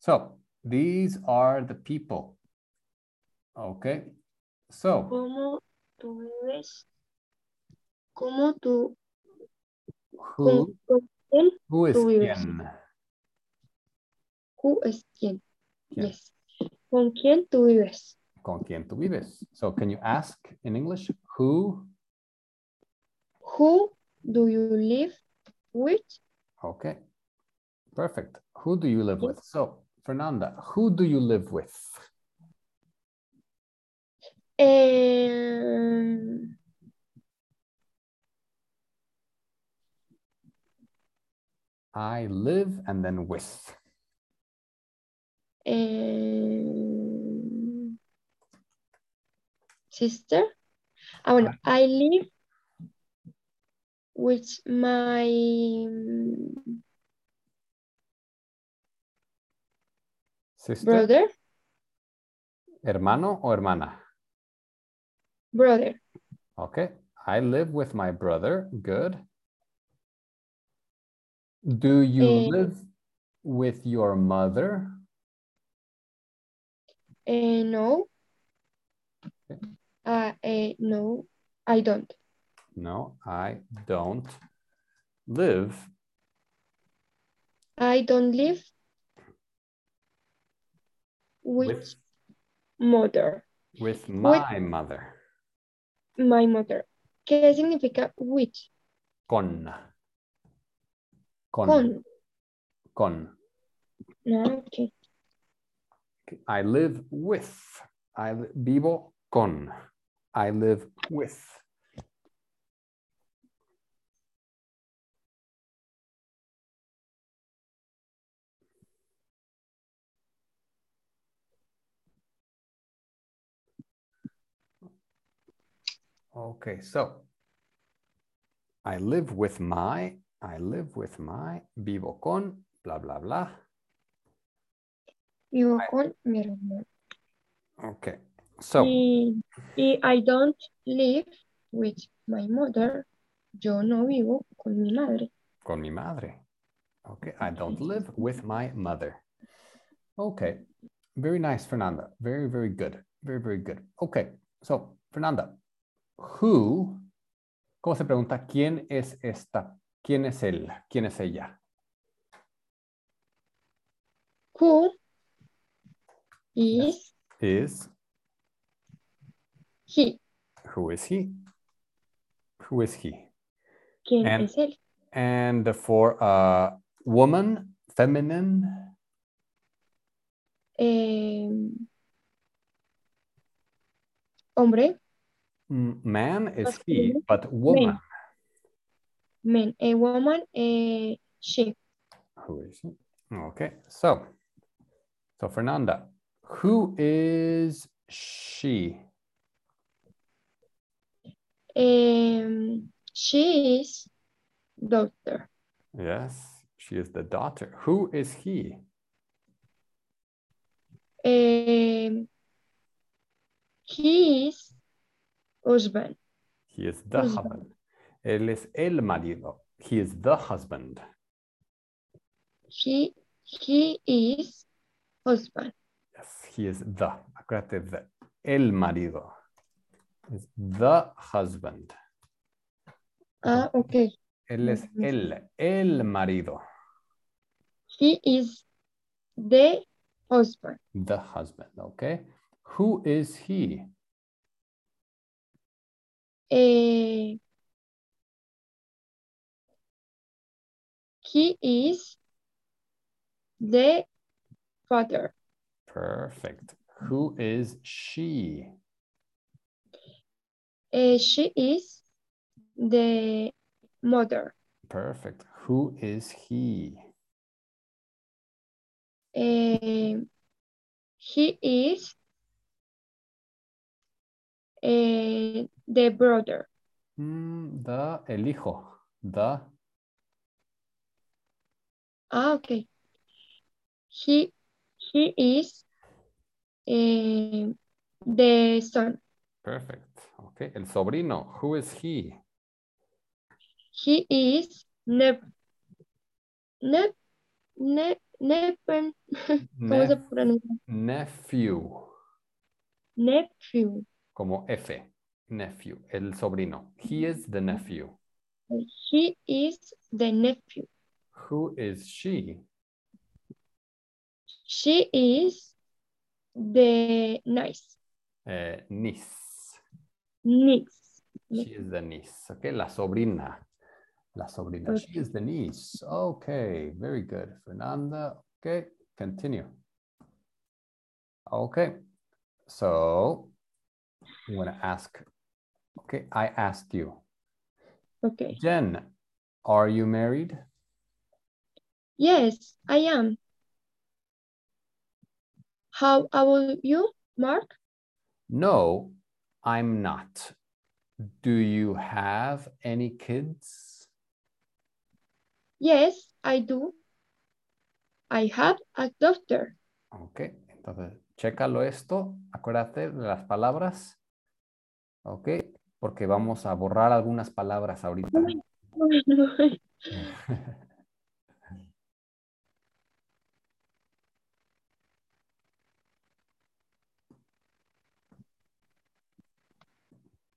Speaker 2: So these are the people. Okay. So
Speaker 1: ¿Cómo tú vives? ¿Cómo tú,
Speaker 2: who
Speaker 1: con, con quién
Speaker 2: who is
Speaker 1: tú vives?
Speaker 2: quién?
Speaker 1: who es quién?
Speaker 2: ¿Quién?
Speaker 1: Yes. ¿Con quién tú vives?
Speaker 2: Con quién tú vives. So can you ask in English who?
Speaker 1: Who do you live with?
Speaker 2: Okay. Perfect. Who do you live with? So Fernanda, who do you live with?
Speaker 1: Em,
Speaker 2: I live and then with.
Speaker 1: em, sister. Ah, bueno, I live with my
Speaker 2: Sister,
Speaker 1: brother,
Speaker 2: hermano o hermana.
Speaker 1: brother.
Speaker 2: Okay. I live with my brother. Good. Do you
Speaker 1: Eh,
Speaker 2: live with your mother?
Speaker 1: Eh, no.
Speaker 2: Okay.
Speaker 1: Uh, eh, no, I don't.
Speaker 2: No, I don't live.
Speaker 1: I don't live with
Speaker 2: With,
Speaker 1: mother,
Speaker 2: with my mother.
Speaker 1: my mother. ¿Qué significa with?
Speaker 2: Con. Con.
Speaker 1: Con.
Speaker 2: Con.
Speaker 1: No, okay.
Speaker 2: I live with. I li- vivo con. I live with. Okay, so I live with my, I live with my, vivo con, blah, blah, blah.
Speaker 1: Vivo
Speaker 2: I-
Speaker 1: con mi hermano.
Speaker 2: Okay, so.
Speaker 1: Y, y I don't live with my mother. Yo no vivo con mi madre.
Speaker 2: Con mi madre. Okay, I don't live with my mother. Okay, very nice, Fernanda. Very, very good. Very, very good. Okay, so, Fernanda, who, ¿cómo se pregunta quién es esta? ¿Quién es él? ¿Quién es ella?
Speaker 1: Who is
Speaker 2: Is,
Speaker 1: he?
Speaker 2: who is he? Who is he?
Speaker 1: ¿Quién
Speaker 2: And-
Speaker 1: es él?
Speaker 2: And for uh, woman, feminine,
Speaker 1: Em, hombre,
Speaker 2: mm, man is he, but woman,
Speaker 1: men, a woman, eh, she.
Speaker 2: Who is it? Okay, so so Fernanda, who is she?
Speaker 1: Em, she is doctor.
Speaker 2: Yes, she is the daughter. Who is he?
Speaker 1: Em, he is husband.
Speaker 2: He is the
Speaker 1: Husband.
Speaker 2: husband. Él es el marido. He is the husband.
Speaker 1: He, he is husband.
Speaker 2: Yes, he is the. Acuérdate of the. El marido. Is the husband.
Speaker 1: Ah, okay.
Speaker 2: Él es
Speaker 1: Ujú.
Speaker 2: el. El marido.
Speaker 1: He is the husband.
Speaker 2: The husband. Okay. Who is he?
Speaker 1: Eh, he is the father.
Speaker 2: Perfect. Who is she?
Speaker 1: Eh, she is the mother.
Speaker 2: Perfect. Who is he?
Speaker 1: Eh, he is eh, the brother.
Speaker 2: Mm, the el hijo. The
Speaker 1: Ah, okay. He he is eh, the son.
Speaker 2: perfect. Okay. El sobrino. Who is he?
Speaker 1: He is nep nep nep nepen ¿cómo se
Speaker 2: Nef-
Speaker 1: pronuncia?
Speaker 2: nephew.
Speaker 1: Nephew.
Speaker 2: Como F. Nephew. El sobrino. He is the nephew.
Speaker 1: He is the nephew.
Speaker 2: Who is she?
Speaker 1: She is the nice
Speaker 2: Eh, niece.
Speaker 1: niece.
Speaker 2: She is the niece. Okay. La sobrina. La sobrina. She is the niece. Okay. Very good. Fernanda. Okay. Continue. Okay. So I'm going to ask. Okay. I asked you.
Speaker 1: Okay.
Speaker 2: Jen, are you married?
Speaker 1: Yes, I am. How about you, Mark?
Speaker 2: No, I'm not. Do you have any kids?
Speaker 1: Yes, I do. I have a daughter.
Speaker 2: Ok, entonces, chécalo esto. Acuérdate de las palabras. Ok, porque vamos a borrar algunas palabras ahorita.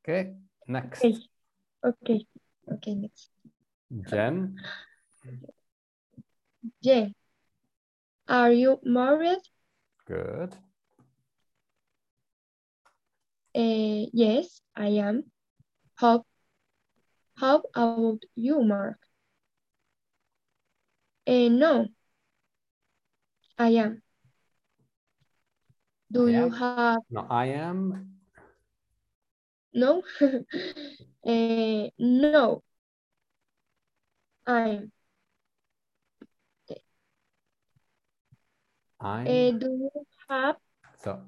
Speaker 2: Okay, next.
Speaker 1: Okay. Okay. Okay, next.
Speaker 2: Jen,
Speaker 1: Jen, are you married?
Speaker 2: good.
Speaker 1: Eh, yes, I am. How, how about you, Mark? Eh, no, I am. Do
Speaker 2: I
Speaker 1: you
Speaker 2: am.
Speaker 1: have
Speaker 2: No, I am.
Speaker 1: no? Eh, no, I'm.
Speaker 2: I'm.
Speaker 1: Eh, do you have?
Speaker 2: so,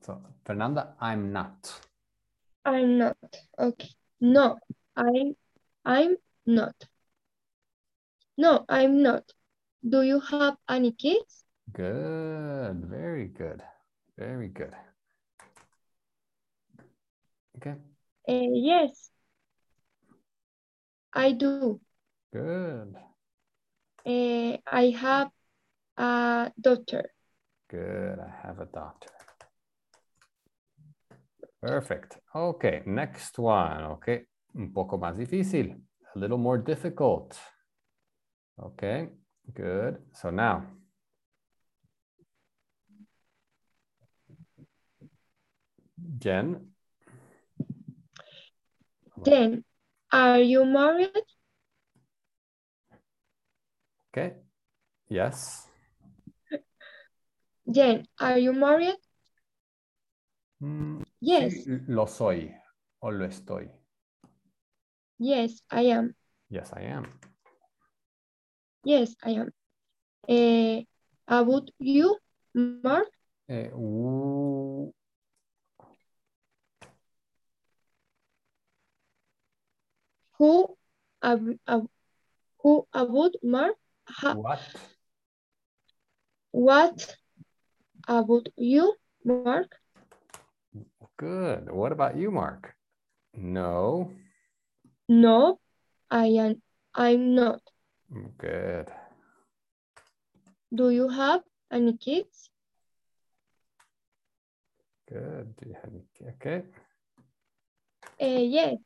Speaker 2: so, Fernanda, I'm not.
Speaker 1: I'm not. Okay. No, I'm. I'm not. No, I'm not. Do you have any kids?
Speaker 2: Good. Very good. Very good. Okay.
Speaker 1: Eh, yes, I do.
Speaker 2: Good.
Speaker 1: Eh, I have a daughter.
Speaker 2: Good. I have a doctor. Perfect. Okay. Next one. Okay. Un poco más difícil. A little more difficult. Okay. Good. So now. Jen,
Speaker 1: Then, are you married?
Speaker 2: okay. Yes.
Speaker 1: Then, are you married?
Speaker 2: Mm,
Speaker 1: Yes,
Speaker 2: Lo soy o lo estoy.
Speaker 1: yes, I am.
Speaker 2: Yes, I am.
Speaker 1: Yes, I am. Eh, about you, Mark?
Speaker 2: Eh, u-
Speaker 1: Who, ab, ab, who about Mark? Ha,
Speaker 2: what?
Speaker 1: what about you, Mark?
Speaker 2: Good. What about you, Mark? No.
Speaker 1: No, I am. I'm not.
Speaker 2: Mm, Good.
Speaker 1: Do you have any kids?
Speaker 2: Good. Do you have any- Okay.
Speaker 1: Eh, yes.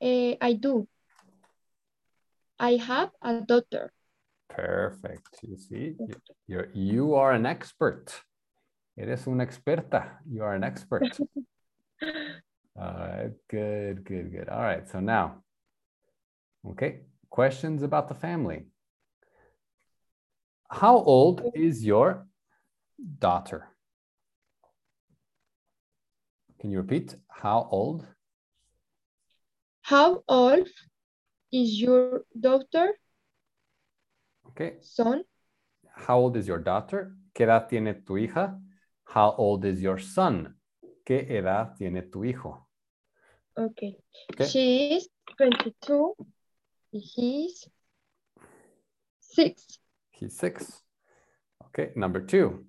Speaker 1: Eh, I do. I have a daughter.
Speaker 2: Perfect. You see, you- you're, you are an expert. Eres una experta. You are an expert. All right. Good, good, good. All right. So now, okay. Questions about the family. How old is your daughter? Can you repeat? How old?
Speaker 1: How old is your daughter,
Speaker 2: Okay.
Speaker 1: son?
Speaker 2: How old is your daughter? ¿Qué edad tiene tu hija? How old is your son? ¿Qué edad tiene tu hijo?
Speaker 1: Okay.
Speaker 2: Okay.
Speaker 1: She is 22. He's six.
Speaker 2: He's six. Okay, number two.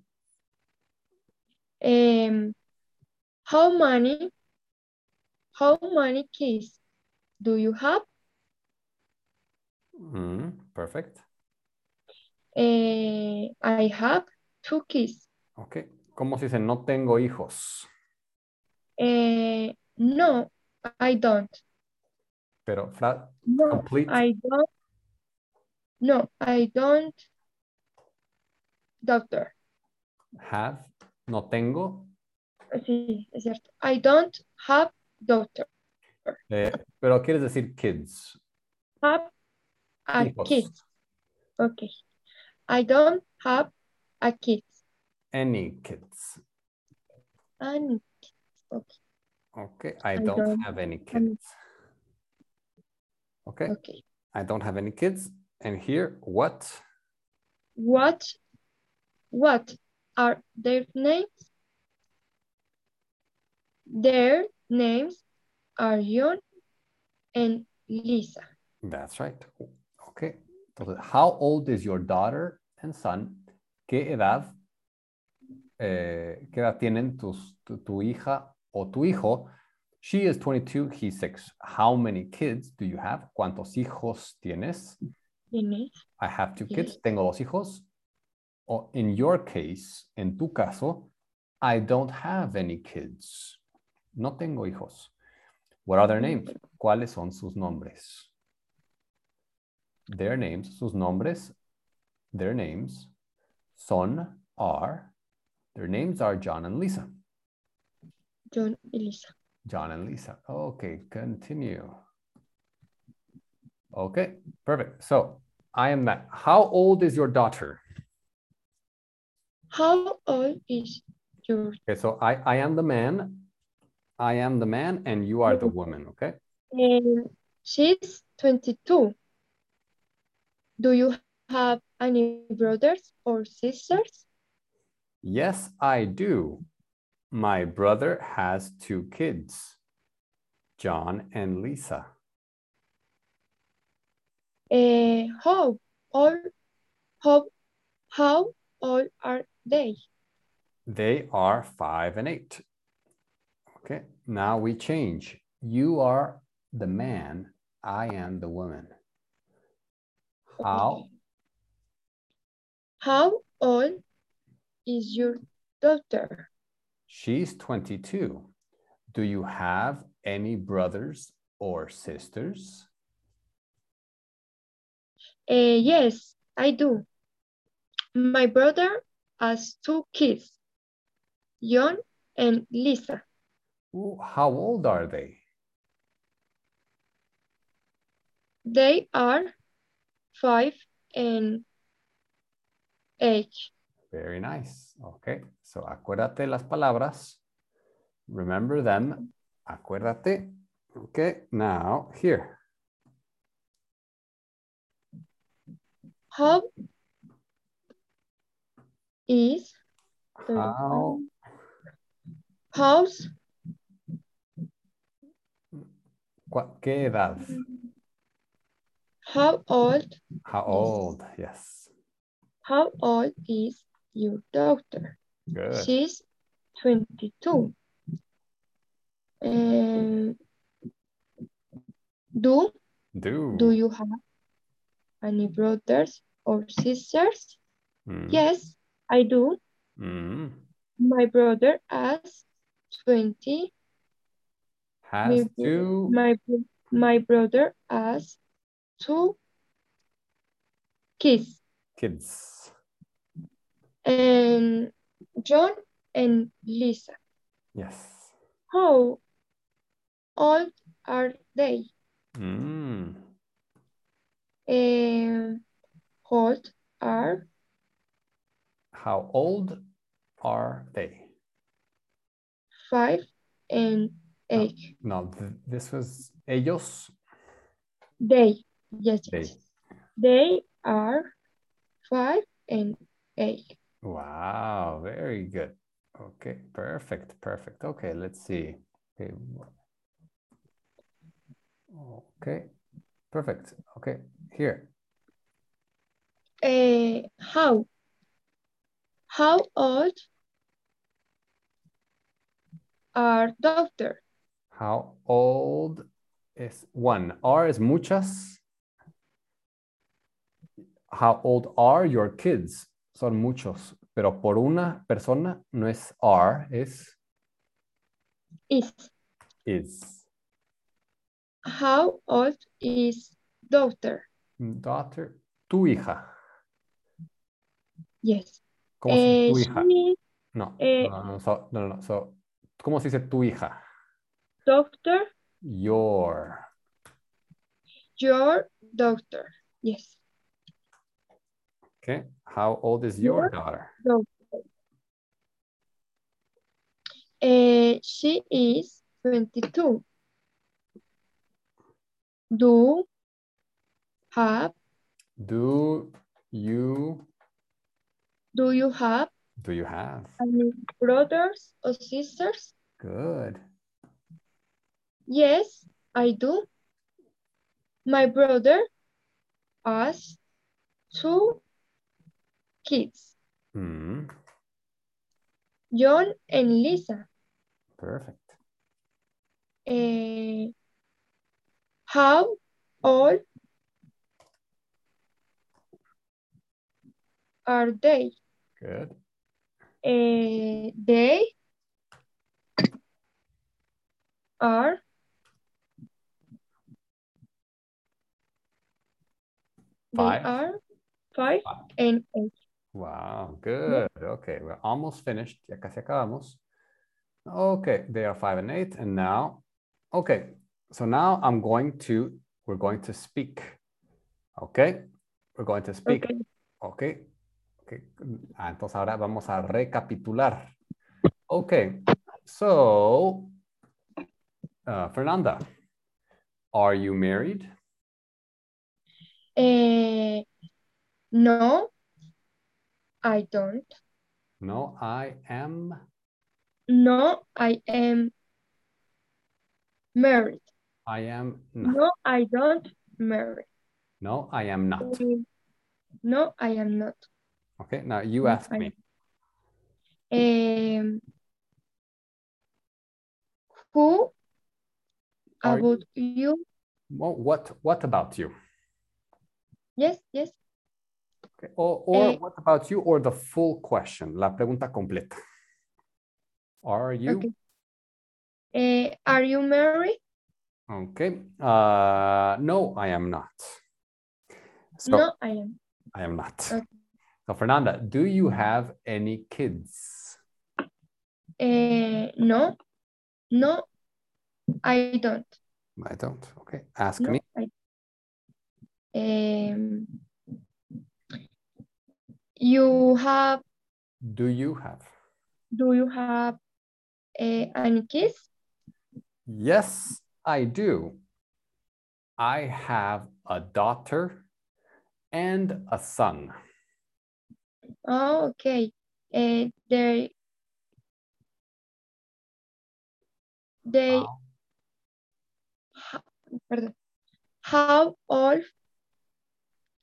Speaker 1: Um, how many, how many kids do you have?
Speaker 2: Mm, perfect.
Speaker 1: Eh, I have two kids.
Speaker 2: Okay. ¿Cómo se dice no tengo hijos?
Speaker 1: Eh, no, I don't.
Speaker 2: Pero fra-
Speaker 1: No,
Speaker 2: complete.
Speaker 1: I don't. No, I don't. Doctor.
Speaker 2: have, no tengo.
Speaker 1: Sí, es cierto. I don't have doctor.
Speaker 2: eh, pero quieres decir kids.
Speaker 1: Have a
Speaker 2: hijos.
Speaker 1: kid. Okay. I don't have a kid.
Speaker 2: Any kids.
Speaker 1: And
Speaker 2: Okay. I
Speaker 1: I
Speaker 2: don't,
Speaker 1: don't
Speaker 2: have any kids.
Speaker 1: any-
Speaker 2: Okay.
Speaker 1: okay.
Speaker 2: I don't have any kids. And here, what?
Speaker 1: What what are their names? Their names are John and Lisa.
Speaker 2: That's right. Okay. Entonces, how old is your daughter and son? ¿Qué ¿Qué edad, eh, qué edad tienen tus, tu, tu hija o tu hijo? She is 22, he's 6. How many kids do you have? ¿Cuántos hijos tienes?
Speaker 1: Tienes.
Speaker 2: I have two
Speaker 1: Sí.
Speaker 2: kids. Tengo dos hijos. O in your case, en tu caso, I don't have any kids. No tengo hijos. What are their names? ¿Cuáles son sus nombres? Their names, sus nombres, their names son, are, their names are John and Lisa.
Speaker 1: John y Lisa.
Speaker 2: John and Lisa. Okay, continue. Okay, perfect. So I am that. How old is your daughter?
Speaker 1: How old is your
Speaker 2: Okay, so I, I am the man. I am the man and you are the woman. Okay.
Speaker 1: Um, she's 22. Do you have any brothers or sisters?
Speaker 2: Yes, I do. My brother has two kids, John and Lisa.
Speaker 1: Eh, how old how how old are they?
Speaker 2: They are five and eight. Okay, now we change. You are the man, I am the woman. How
Speaker 1: How old is your daughter?
Speaker 2: She's 22. Do you have any brothers or sisters?
Speaker 1: Eh, yes, I do. My brother has two kids, John and Lisa.
Speaker 2: Ooh, How old are they?
Speaker 1: They are five and eight.
Speaker 2: Very nice. Okay. So acuérdate las palabras. Remember them. Acuérdate. Okay. Now, here.
Speaker 1: How is
Speaker 2: How
Speaker 1: house
Speaker 2: cua- ¿Qué edad?
Speaker 1: how old
Speaker 2: How old? Yes.
Speaker 1: how old is your daughter?
Speaker 2: Good.
Speaker 1: She's 22. Um, do
Speaker 2: Do.
Speaker 1: do you have any brothers or sisters?
Speaker 2: Mm,
Speaker 1: Yes, I do.
Speaker 2: mm.
Speaker 1: My brother has 20
Speaker 2: Has
Speaker 1: bro-
Speaker 2: two.
Speaker 1: My bro- my brother has two kids,
Speaker 2: kids.
Speaker 1: and um, John and Lisa.
Speaker 2: Yes.
Speaker 1: How old are they?
Speaker 2: Mm.
Speaker 1: Um, old are
Speaker 2: How old are they?
Speaker 1: five and eight.
Speaker 2: No, th- this was ellos.
Speaker 1: They, yes,
Speaker 2: They.
Speaker 1: yes. They are five and eight.
Speaker 2: Wow, very good. Okay, perfect, perfect. Okay, let's see. Okay. wh- Okay, perfect. Okay, here.
Speaker 1: Eh, how? How old are doctor?
Speaker 2: How old is one? R is muchas. How old are your kids? Son muchos, pero por una persona no es are, es
Speaker 1: Is
Speaker 2: is.
Speaker 1: how old is daughter?
Speaker 2: Daughter, tu hija.
Speaker 1: Yes.
Speaker 2: ¿Cómo se dice
Speaker 1: Eh,
Speaker 2: tu hija?
Speaker 1: she-
Speaker 2: No,
Speaker 1: eh,
Speaker 2: no, no, so- no, no, no, so, ¿cómo se dice tu hija?
Speaker 1: doctor,
Speaker 2: Your.
Speaker 1: your doctor. Yes.
Speaker 2: Okay. How old is your
Speaker 1: Your.
Speaker 2: daughter?
Speaker 1: Eh, she is 22. Do have
Speaker 2: Do you
Speaker 1: do you have
Speaker 2: do you have?
Speaker 1: any brothers or sisters?
Speaker 2: Good.
Speaker 1: Yes, I do. My brother has two kids,
Speaker 2: Mm,
Speaker 1: John and Lisa
Speaker 2: perfect.
Speaker 1: eh, how old are they?
Speaker 2: Good.
Speaker 1: Eh, they are
Speaker 2: Five.
Speaker 1: They are five
Speaker 2: Five.
Speaker 1: and eight.
Speaker 2: Wow, good. Okay, we're almost finished. Ya casi acabamos. Okay, they are five and eight. And now, okay, so now I'm going to, we're going to speak. Okay, we're going to speak.
Speaker 1: Okay.
Speaker 2: Ok. ok. Ah, entonces ahora vamos a recapitular. Ok. So, uh, Fernanda, are you married?
Speaker 1: Eh, no, I don't.
Speaker 2: No, I am.
Speaker 1: No, I am married.
Speaker 2: I am not.
Speaker 1: No, I don't marry.
Speaker 2: No, I am not.
Speaker 1: No, I am not.
Speaker 2: Okay, now you
Speaker 1: No,
Speaker 2: ask
Speaker 1: I-
Speaker 2: me.
Speaker 1: Um, who
Speaker 2: Are you-
Speaker 1: about you?
Speaker 2: Well, what what about you?
Speaker 1: Yes, yes.
Speaker 2: Okay, Or, or
Speaker 1: Eh.
Speaker 2: what about you or the full question, la pregunta completa. Are you
Speaker 1: Okay. Eh, are you married?
Speaker 2: okay? Uh, no, I am not. So,
Speaker 1: No, I am.
Speaker 2: I am not.
Speaker 1: Okay.
Speaker 2: So, Fernanda, do you have any kids?
Speaker 1: Eh, no, no, I don't.
Speaker 2: I don't. Okay. Ask
Speaker 1: No,
Speaker 2: me.
Speaker 1: I- Um, you have,
Speaker 2: Do you have?
Speaker 1: do you have eh, any kids?
Speaker 2: Yes, I do. I have a daughter and a son.
Speaker 1: Oh, okay. Eh, they they
Speaker 2: How-
Speaker 1: ha- perdón. How old?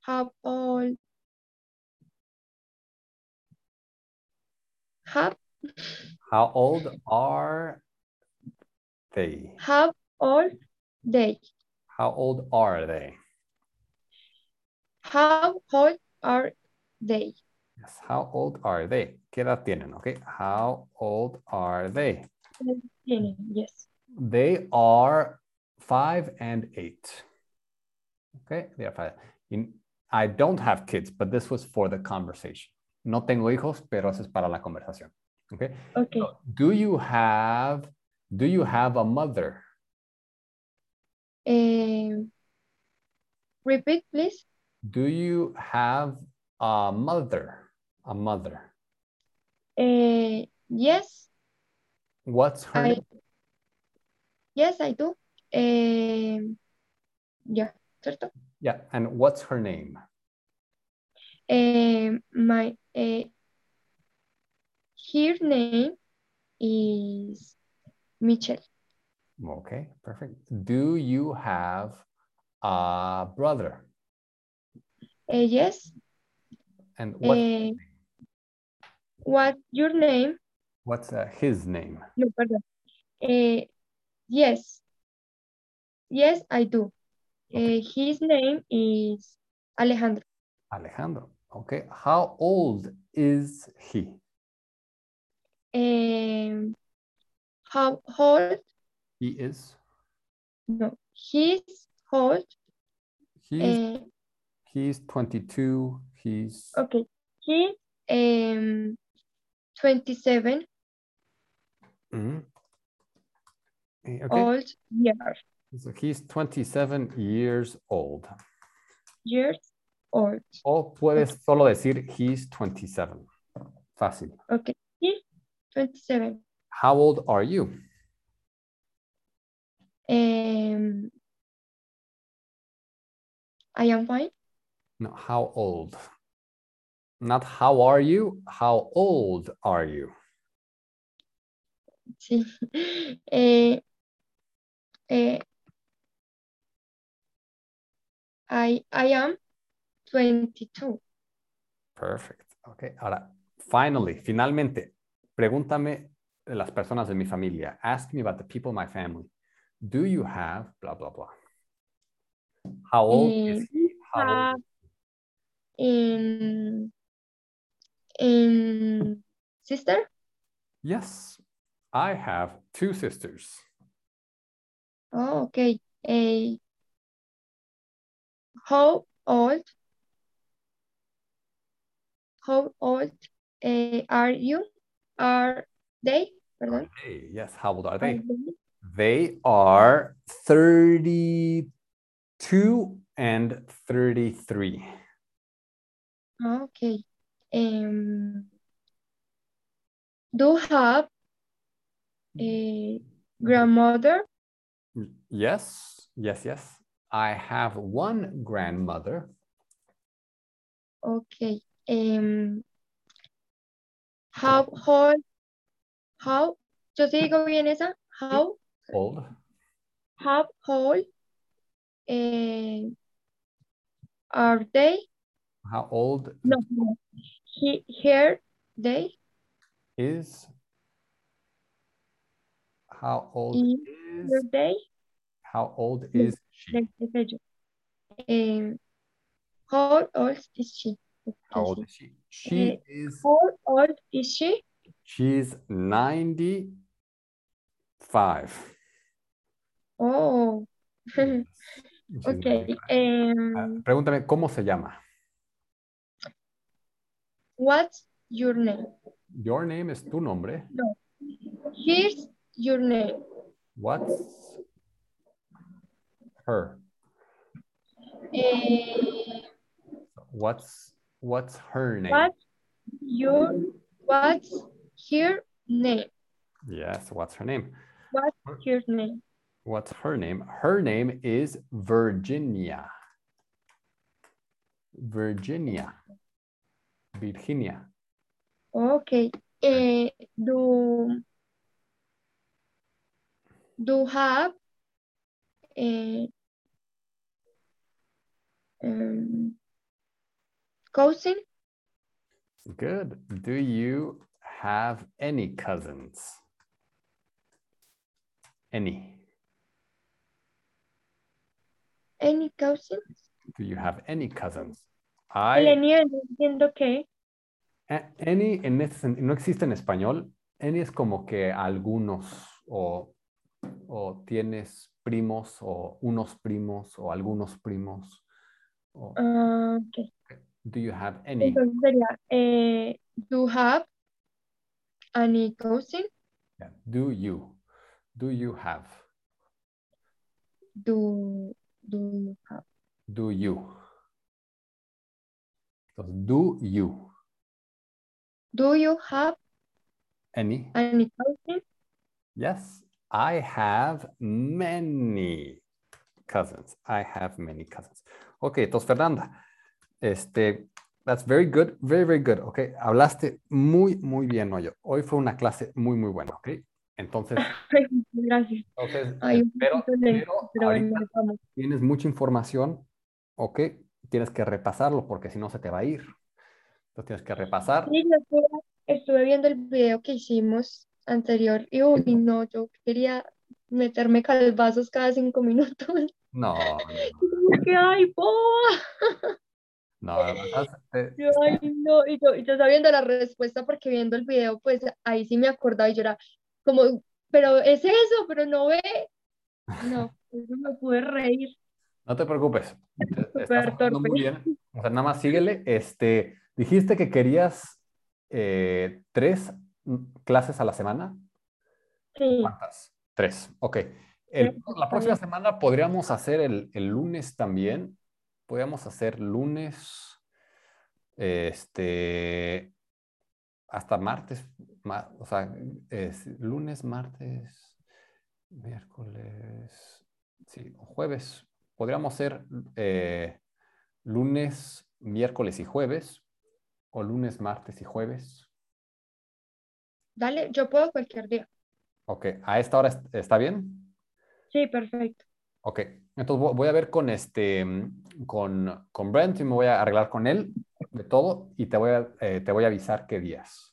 Speaker 1: How old? How
Speaker 2: How old are they?
Speaker 1: how old they?
Speaker 2: How old are they?
Speaker 1: How old are they?
Speaker 2: Yes. How old are they? ¿Qué edad tienen? Okay. How old are they?
Speaker 1: Tienen, Yes.
Speaker 2: They are five and eight. Okay, they are five. In- I don't have kids, but this was for the conversation. No tengo hijos, pero eso es para la conversación. Okay.
Speaker 1: Okay.
Speaker 2: Do you have Do you have a mother?
Speaker 1: Um, repeat, please.
Speaker 2: Do you have a mother? A mother.
Speaker 1: Uh, yes.
Speaker 2: What's her?
Speaker 1: I-
Speaker 2: name?
Speaker 1: Yes, I do. Um, yeah, ¿cierto?
Speaker 2: Yeah, and what's her name?
Speaker 1: Eh, my eh, her name is Michelle.
Speaker 2: Okay, perfect. Do you have a brother?
Speaker 1: Eh, yes.
Speaker 2: And what
Speaker 1: Eh, what your name?
Speaker 2: What's uh, his name?
Speaker 1: No, perdón. Eh, yes. Yes, I do. Eh, his name is Alejandro.
Speaker 2: Alejandro. Okay. How old is he?
Speaker 1: Um, how old?
Speaker 2: He is.
Speaker 1: No, he's old.
Speaker 2: He's
Speaker 1: Eh,
Speaker 2: he's 22. He's
Speaker 1: okay, he um 27
Speaker 2: Mhm. Eh, okay.
Speaker 1: old years.
Speaker 2: So he's 27 years old.
Speaker 1: years old.
Speaker 2: O puedes solo decir he's 27. Fácil.
Speaker 1: Okay, he's 27.
Speaker 2: How old are you?
Speaker 1: Um, I am fine.
Speaker 2: No, how old? Not how are you? How old are you?
Speaker 1: Sí. Eh, eh, I, I am 22.
Speaker 2: Perfect. Okay. Ahora, Finally, finalmente, pregúntame de las personas de mi familia. Ask me about the people in my family. Do you have blah blah blah? How old is
Speaker 1: Eh,
Speaker 2: he? How old?
Speaker 1: Have um, um, sister?
Speaker 2: Yes, I have two sisters.
Speaker 1: Oh, okay. Eh, how old? How old eh, are you? Are they? Perdón.
Speaker 2: Hey, yes, how old are
Speaker 1: Are
Speaker 2: they?
Speaker 1: they?
Speaker 2: They are 32 and 33.
Speaker 1: Ah, Okay. Um, do you have a grandmother?
Speaker 2: Yes, yes, yes. I have one grandmother.
Speaker 1: Okay. Um, how old? How? Yo sí digo bien esa. How
Speaker 2: Old.
Speaker 1: How old eh, are they?
Speaker 2: How old
Speaker 1: No. no. He, here they
Speaker 2: is how old
Speaker 1: y
Speaker 2: is
Speaker 1: here they.
Speaker 2: how old
Speaker 1: Sí.
Speaker 2: is she?
Speaker 1: Yes, yes, I do. Um, how old is she?
Speaker 2: How old
Speaker 1: Okay.
Speaker 2: is she? She
Speaker 1: Eh,
Speaker 2: is
Speaker 1: How old is she?
Speaker 2: she's 95.
Speaker 1: Oh,
Speaker 2: Yes, she's
Speaker 1: okay.
Speaker 2: 95. Ah,
Speaker 1: Um,
Speaker 2: Pregúntame cómo se llama.
Speaker 1: what's your name?
Speaker 2: Your name is tu nombre.
Speaker 1: Here's your name.
Speaker 2: What's her?
Speaker 1: Eh,
Speaker 2: What's what's her name?
Speaker 1: what's your what's her name?
Speaker 2: Yes, what's her name?
Speaker 1: What's her name?
Speaker 2: What's her name? Her name is Virginia. Virginia. Virginia.
Speaker 1: Okay. Eh, do do have eh, um, cousin?
Speaker 2: Good. Do you have any cousins? Any.
Speaker 1: Any cousin?
Speaker 2: Do you have any cousins? I
Speaker 1: Elenia, no entiendo qué.
Speaker 2: a- any en este sen- no existe en español. Any es como que algunos o o tienes primos o unos primos o algunos primos. o-
Speaker 1: Ah, okay.
Speaker 2: do you have any?
Speaker 1: Entonces sería eh, do have any cousin?
Speaker 2: Yeah. Do you? Do you have?
Speaker 1: Do do you have?
Speaker 2: Do you? Entonces, do you?
Speaker 1: Do you have
Speaker 2: Any?
Speaker 1: any cousin?
Speaker 2: Yes, I have many cousins. I have many cousins. Okay, entonces Fernanda, este, that's very good, very, very good. Okay, hablaste muy, muy bien hoy. Hoy fue una clase muy, muy buena. Ok, entonces,
Speaker 1: Gracias.
Speaker 2: entonces
Speaker 1: Hay un
Speaker 2: espero-
Speaker 1: poquito lento,
Speaker 2: espero
Speaker 1: pero
Speaker 2: ahorita
Speaker 1: bueno, vamos.
Speaker 2: tienes mucha información, ok, tienes que repasarlo porque si no se te va a ir. Entonces tienes que repasar.
Speaker 1: Sí, yo estuve, estuve viendo el video que hicimos anterior y uy, no, yo quería meterme calvazos cada cinco minutos.
Speaker 2: No, no,
Speaker 1: que ay, boba,
Speaker 2: no, este, no, no, estás- te-
Speaker 1: yo, ay, no. Y yo, y yo sabiendo la respuesta porque viendo el video, pues ahí sí me acordaba y yo era como, pero es eso, pero no ve. No, eso me pude reír,
Speaker 2: no te preocupes. te- te Estás
Speaker 1: Súper
Speaker 2: haciendo
Speaker 1: torpe.
Speaker 2: muy bien. O sea, nada más síguele. Este, dijiste que querías eh, tres mm, clases a la semana.
Speaker 1: sí.
Speaker 2: ¿Cuántas? Tres. Ok. El- la próxima semana podríamos hacer el, el lunes también. Podríamos hacer lunes, este, hasta martes. ma- o sea, es lunes, martes, miércoles, sí, o jueves. Podríamos hacer eh, lunes, miércoles y jueves, o lunes, martes y jueves.
Speaker 1: Dale, yo puedo cualquier día.
Speaker 2: Ok, ¿a esta hora est- está bien?
Speaker 1: Sí, perfecto.
Speaker 2: Ok, entonces vo- voy a ver con este, mm, con, con Brent y me voy a arreglar con él de todo y te voy a, eh, te voy a avisar qué días.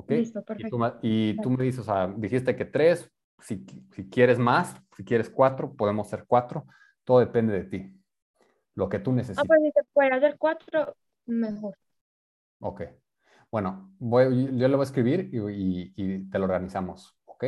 Speaker 2: ¿Ok?
Speaker 1: Listo,
Speaker 2: Y
Speaker 1: perfecto.
Speaker 2: tú, ma- y tú me dices, o sea, dijiste que tres, si, si quieres más, si quieres cuatro, podemos ser cuatro, todo depende de ti, lo que tú
Speaker 1: Ah,
Speaker 2: necesites.
Speaker 1: pues si se puede hacer cuatro, mejor.
Speaker 2: Ok. Bueno, voy, yo lo voy a escribir y, y- y te lo organizamos, ¿ok?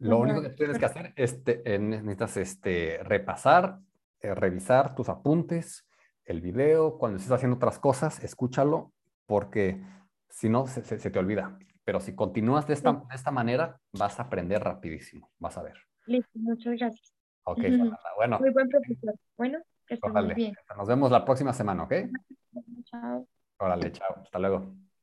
Speaker 2: Lo único que
Speaker 1: Vale,
Speaker 2: tú tienes que hacer es te- eh, necesitas este, repasar, eh, revisar tus apuntes, el video, cuando estés haciendo otras cosas, escúchalo, porque si no, se, se- se te olvida. Pero si continúas de esta, de esta manera, vas a aprender rapidísimo, vas a ver.
Speaker 1: Listo, muchas gracias.
Speaker 2: Ok,
Speaker 1: Ujú.
Speaker 2: Fernanda, bueno,
Speaker 1: Muy buen profesor. Bueno, que estén muy
Speaker 2: Órale.
Speaker 1: bien.
Speaker 2: nos vemos la próxima semana, ¿ok?
Speaker 1: Chao.
Speaker 2: Órale, chao, hasta luego.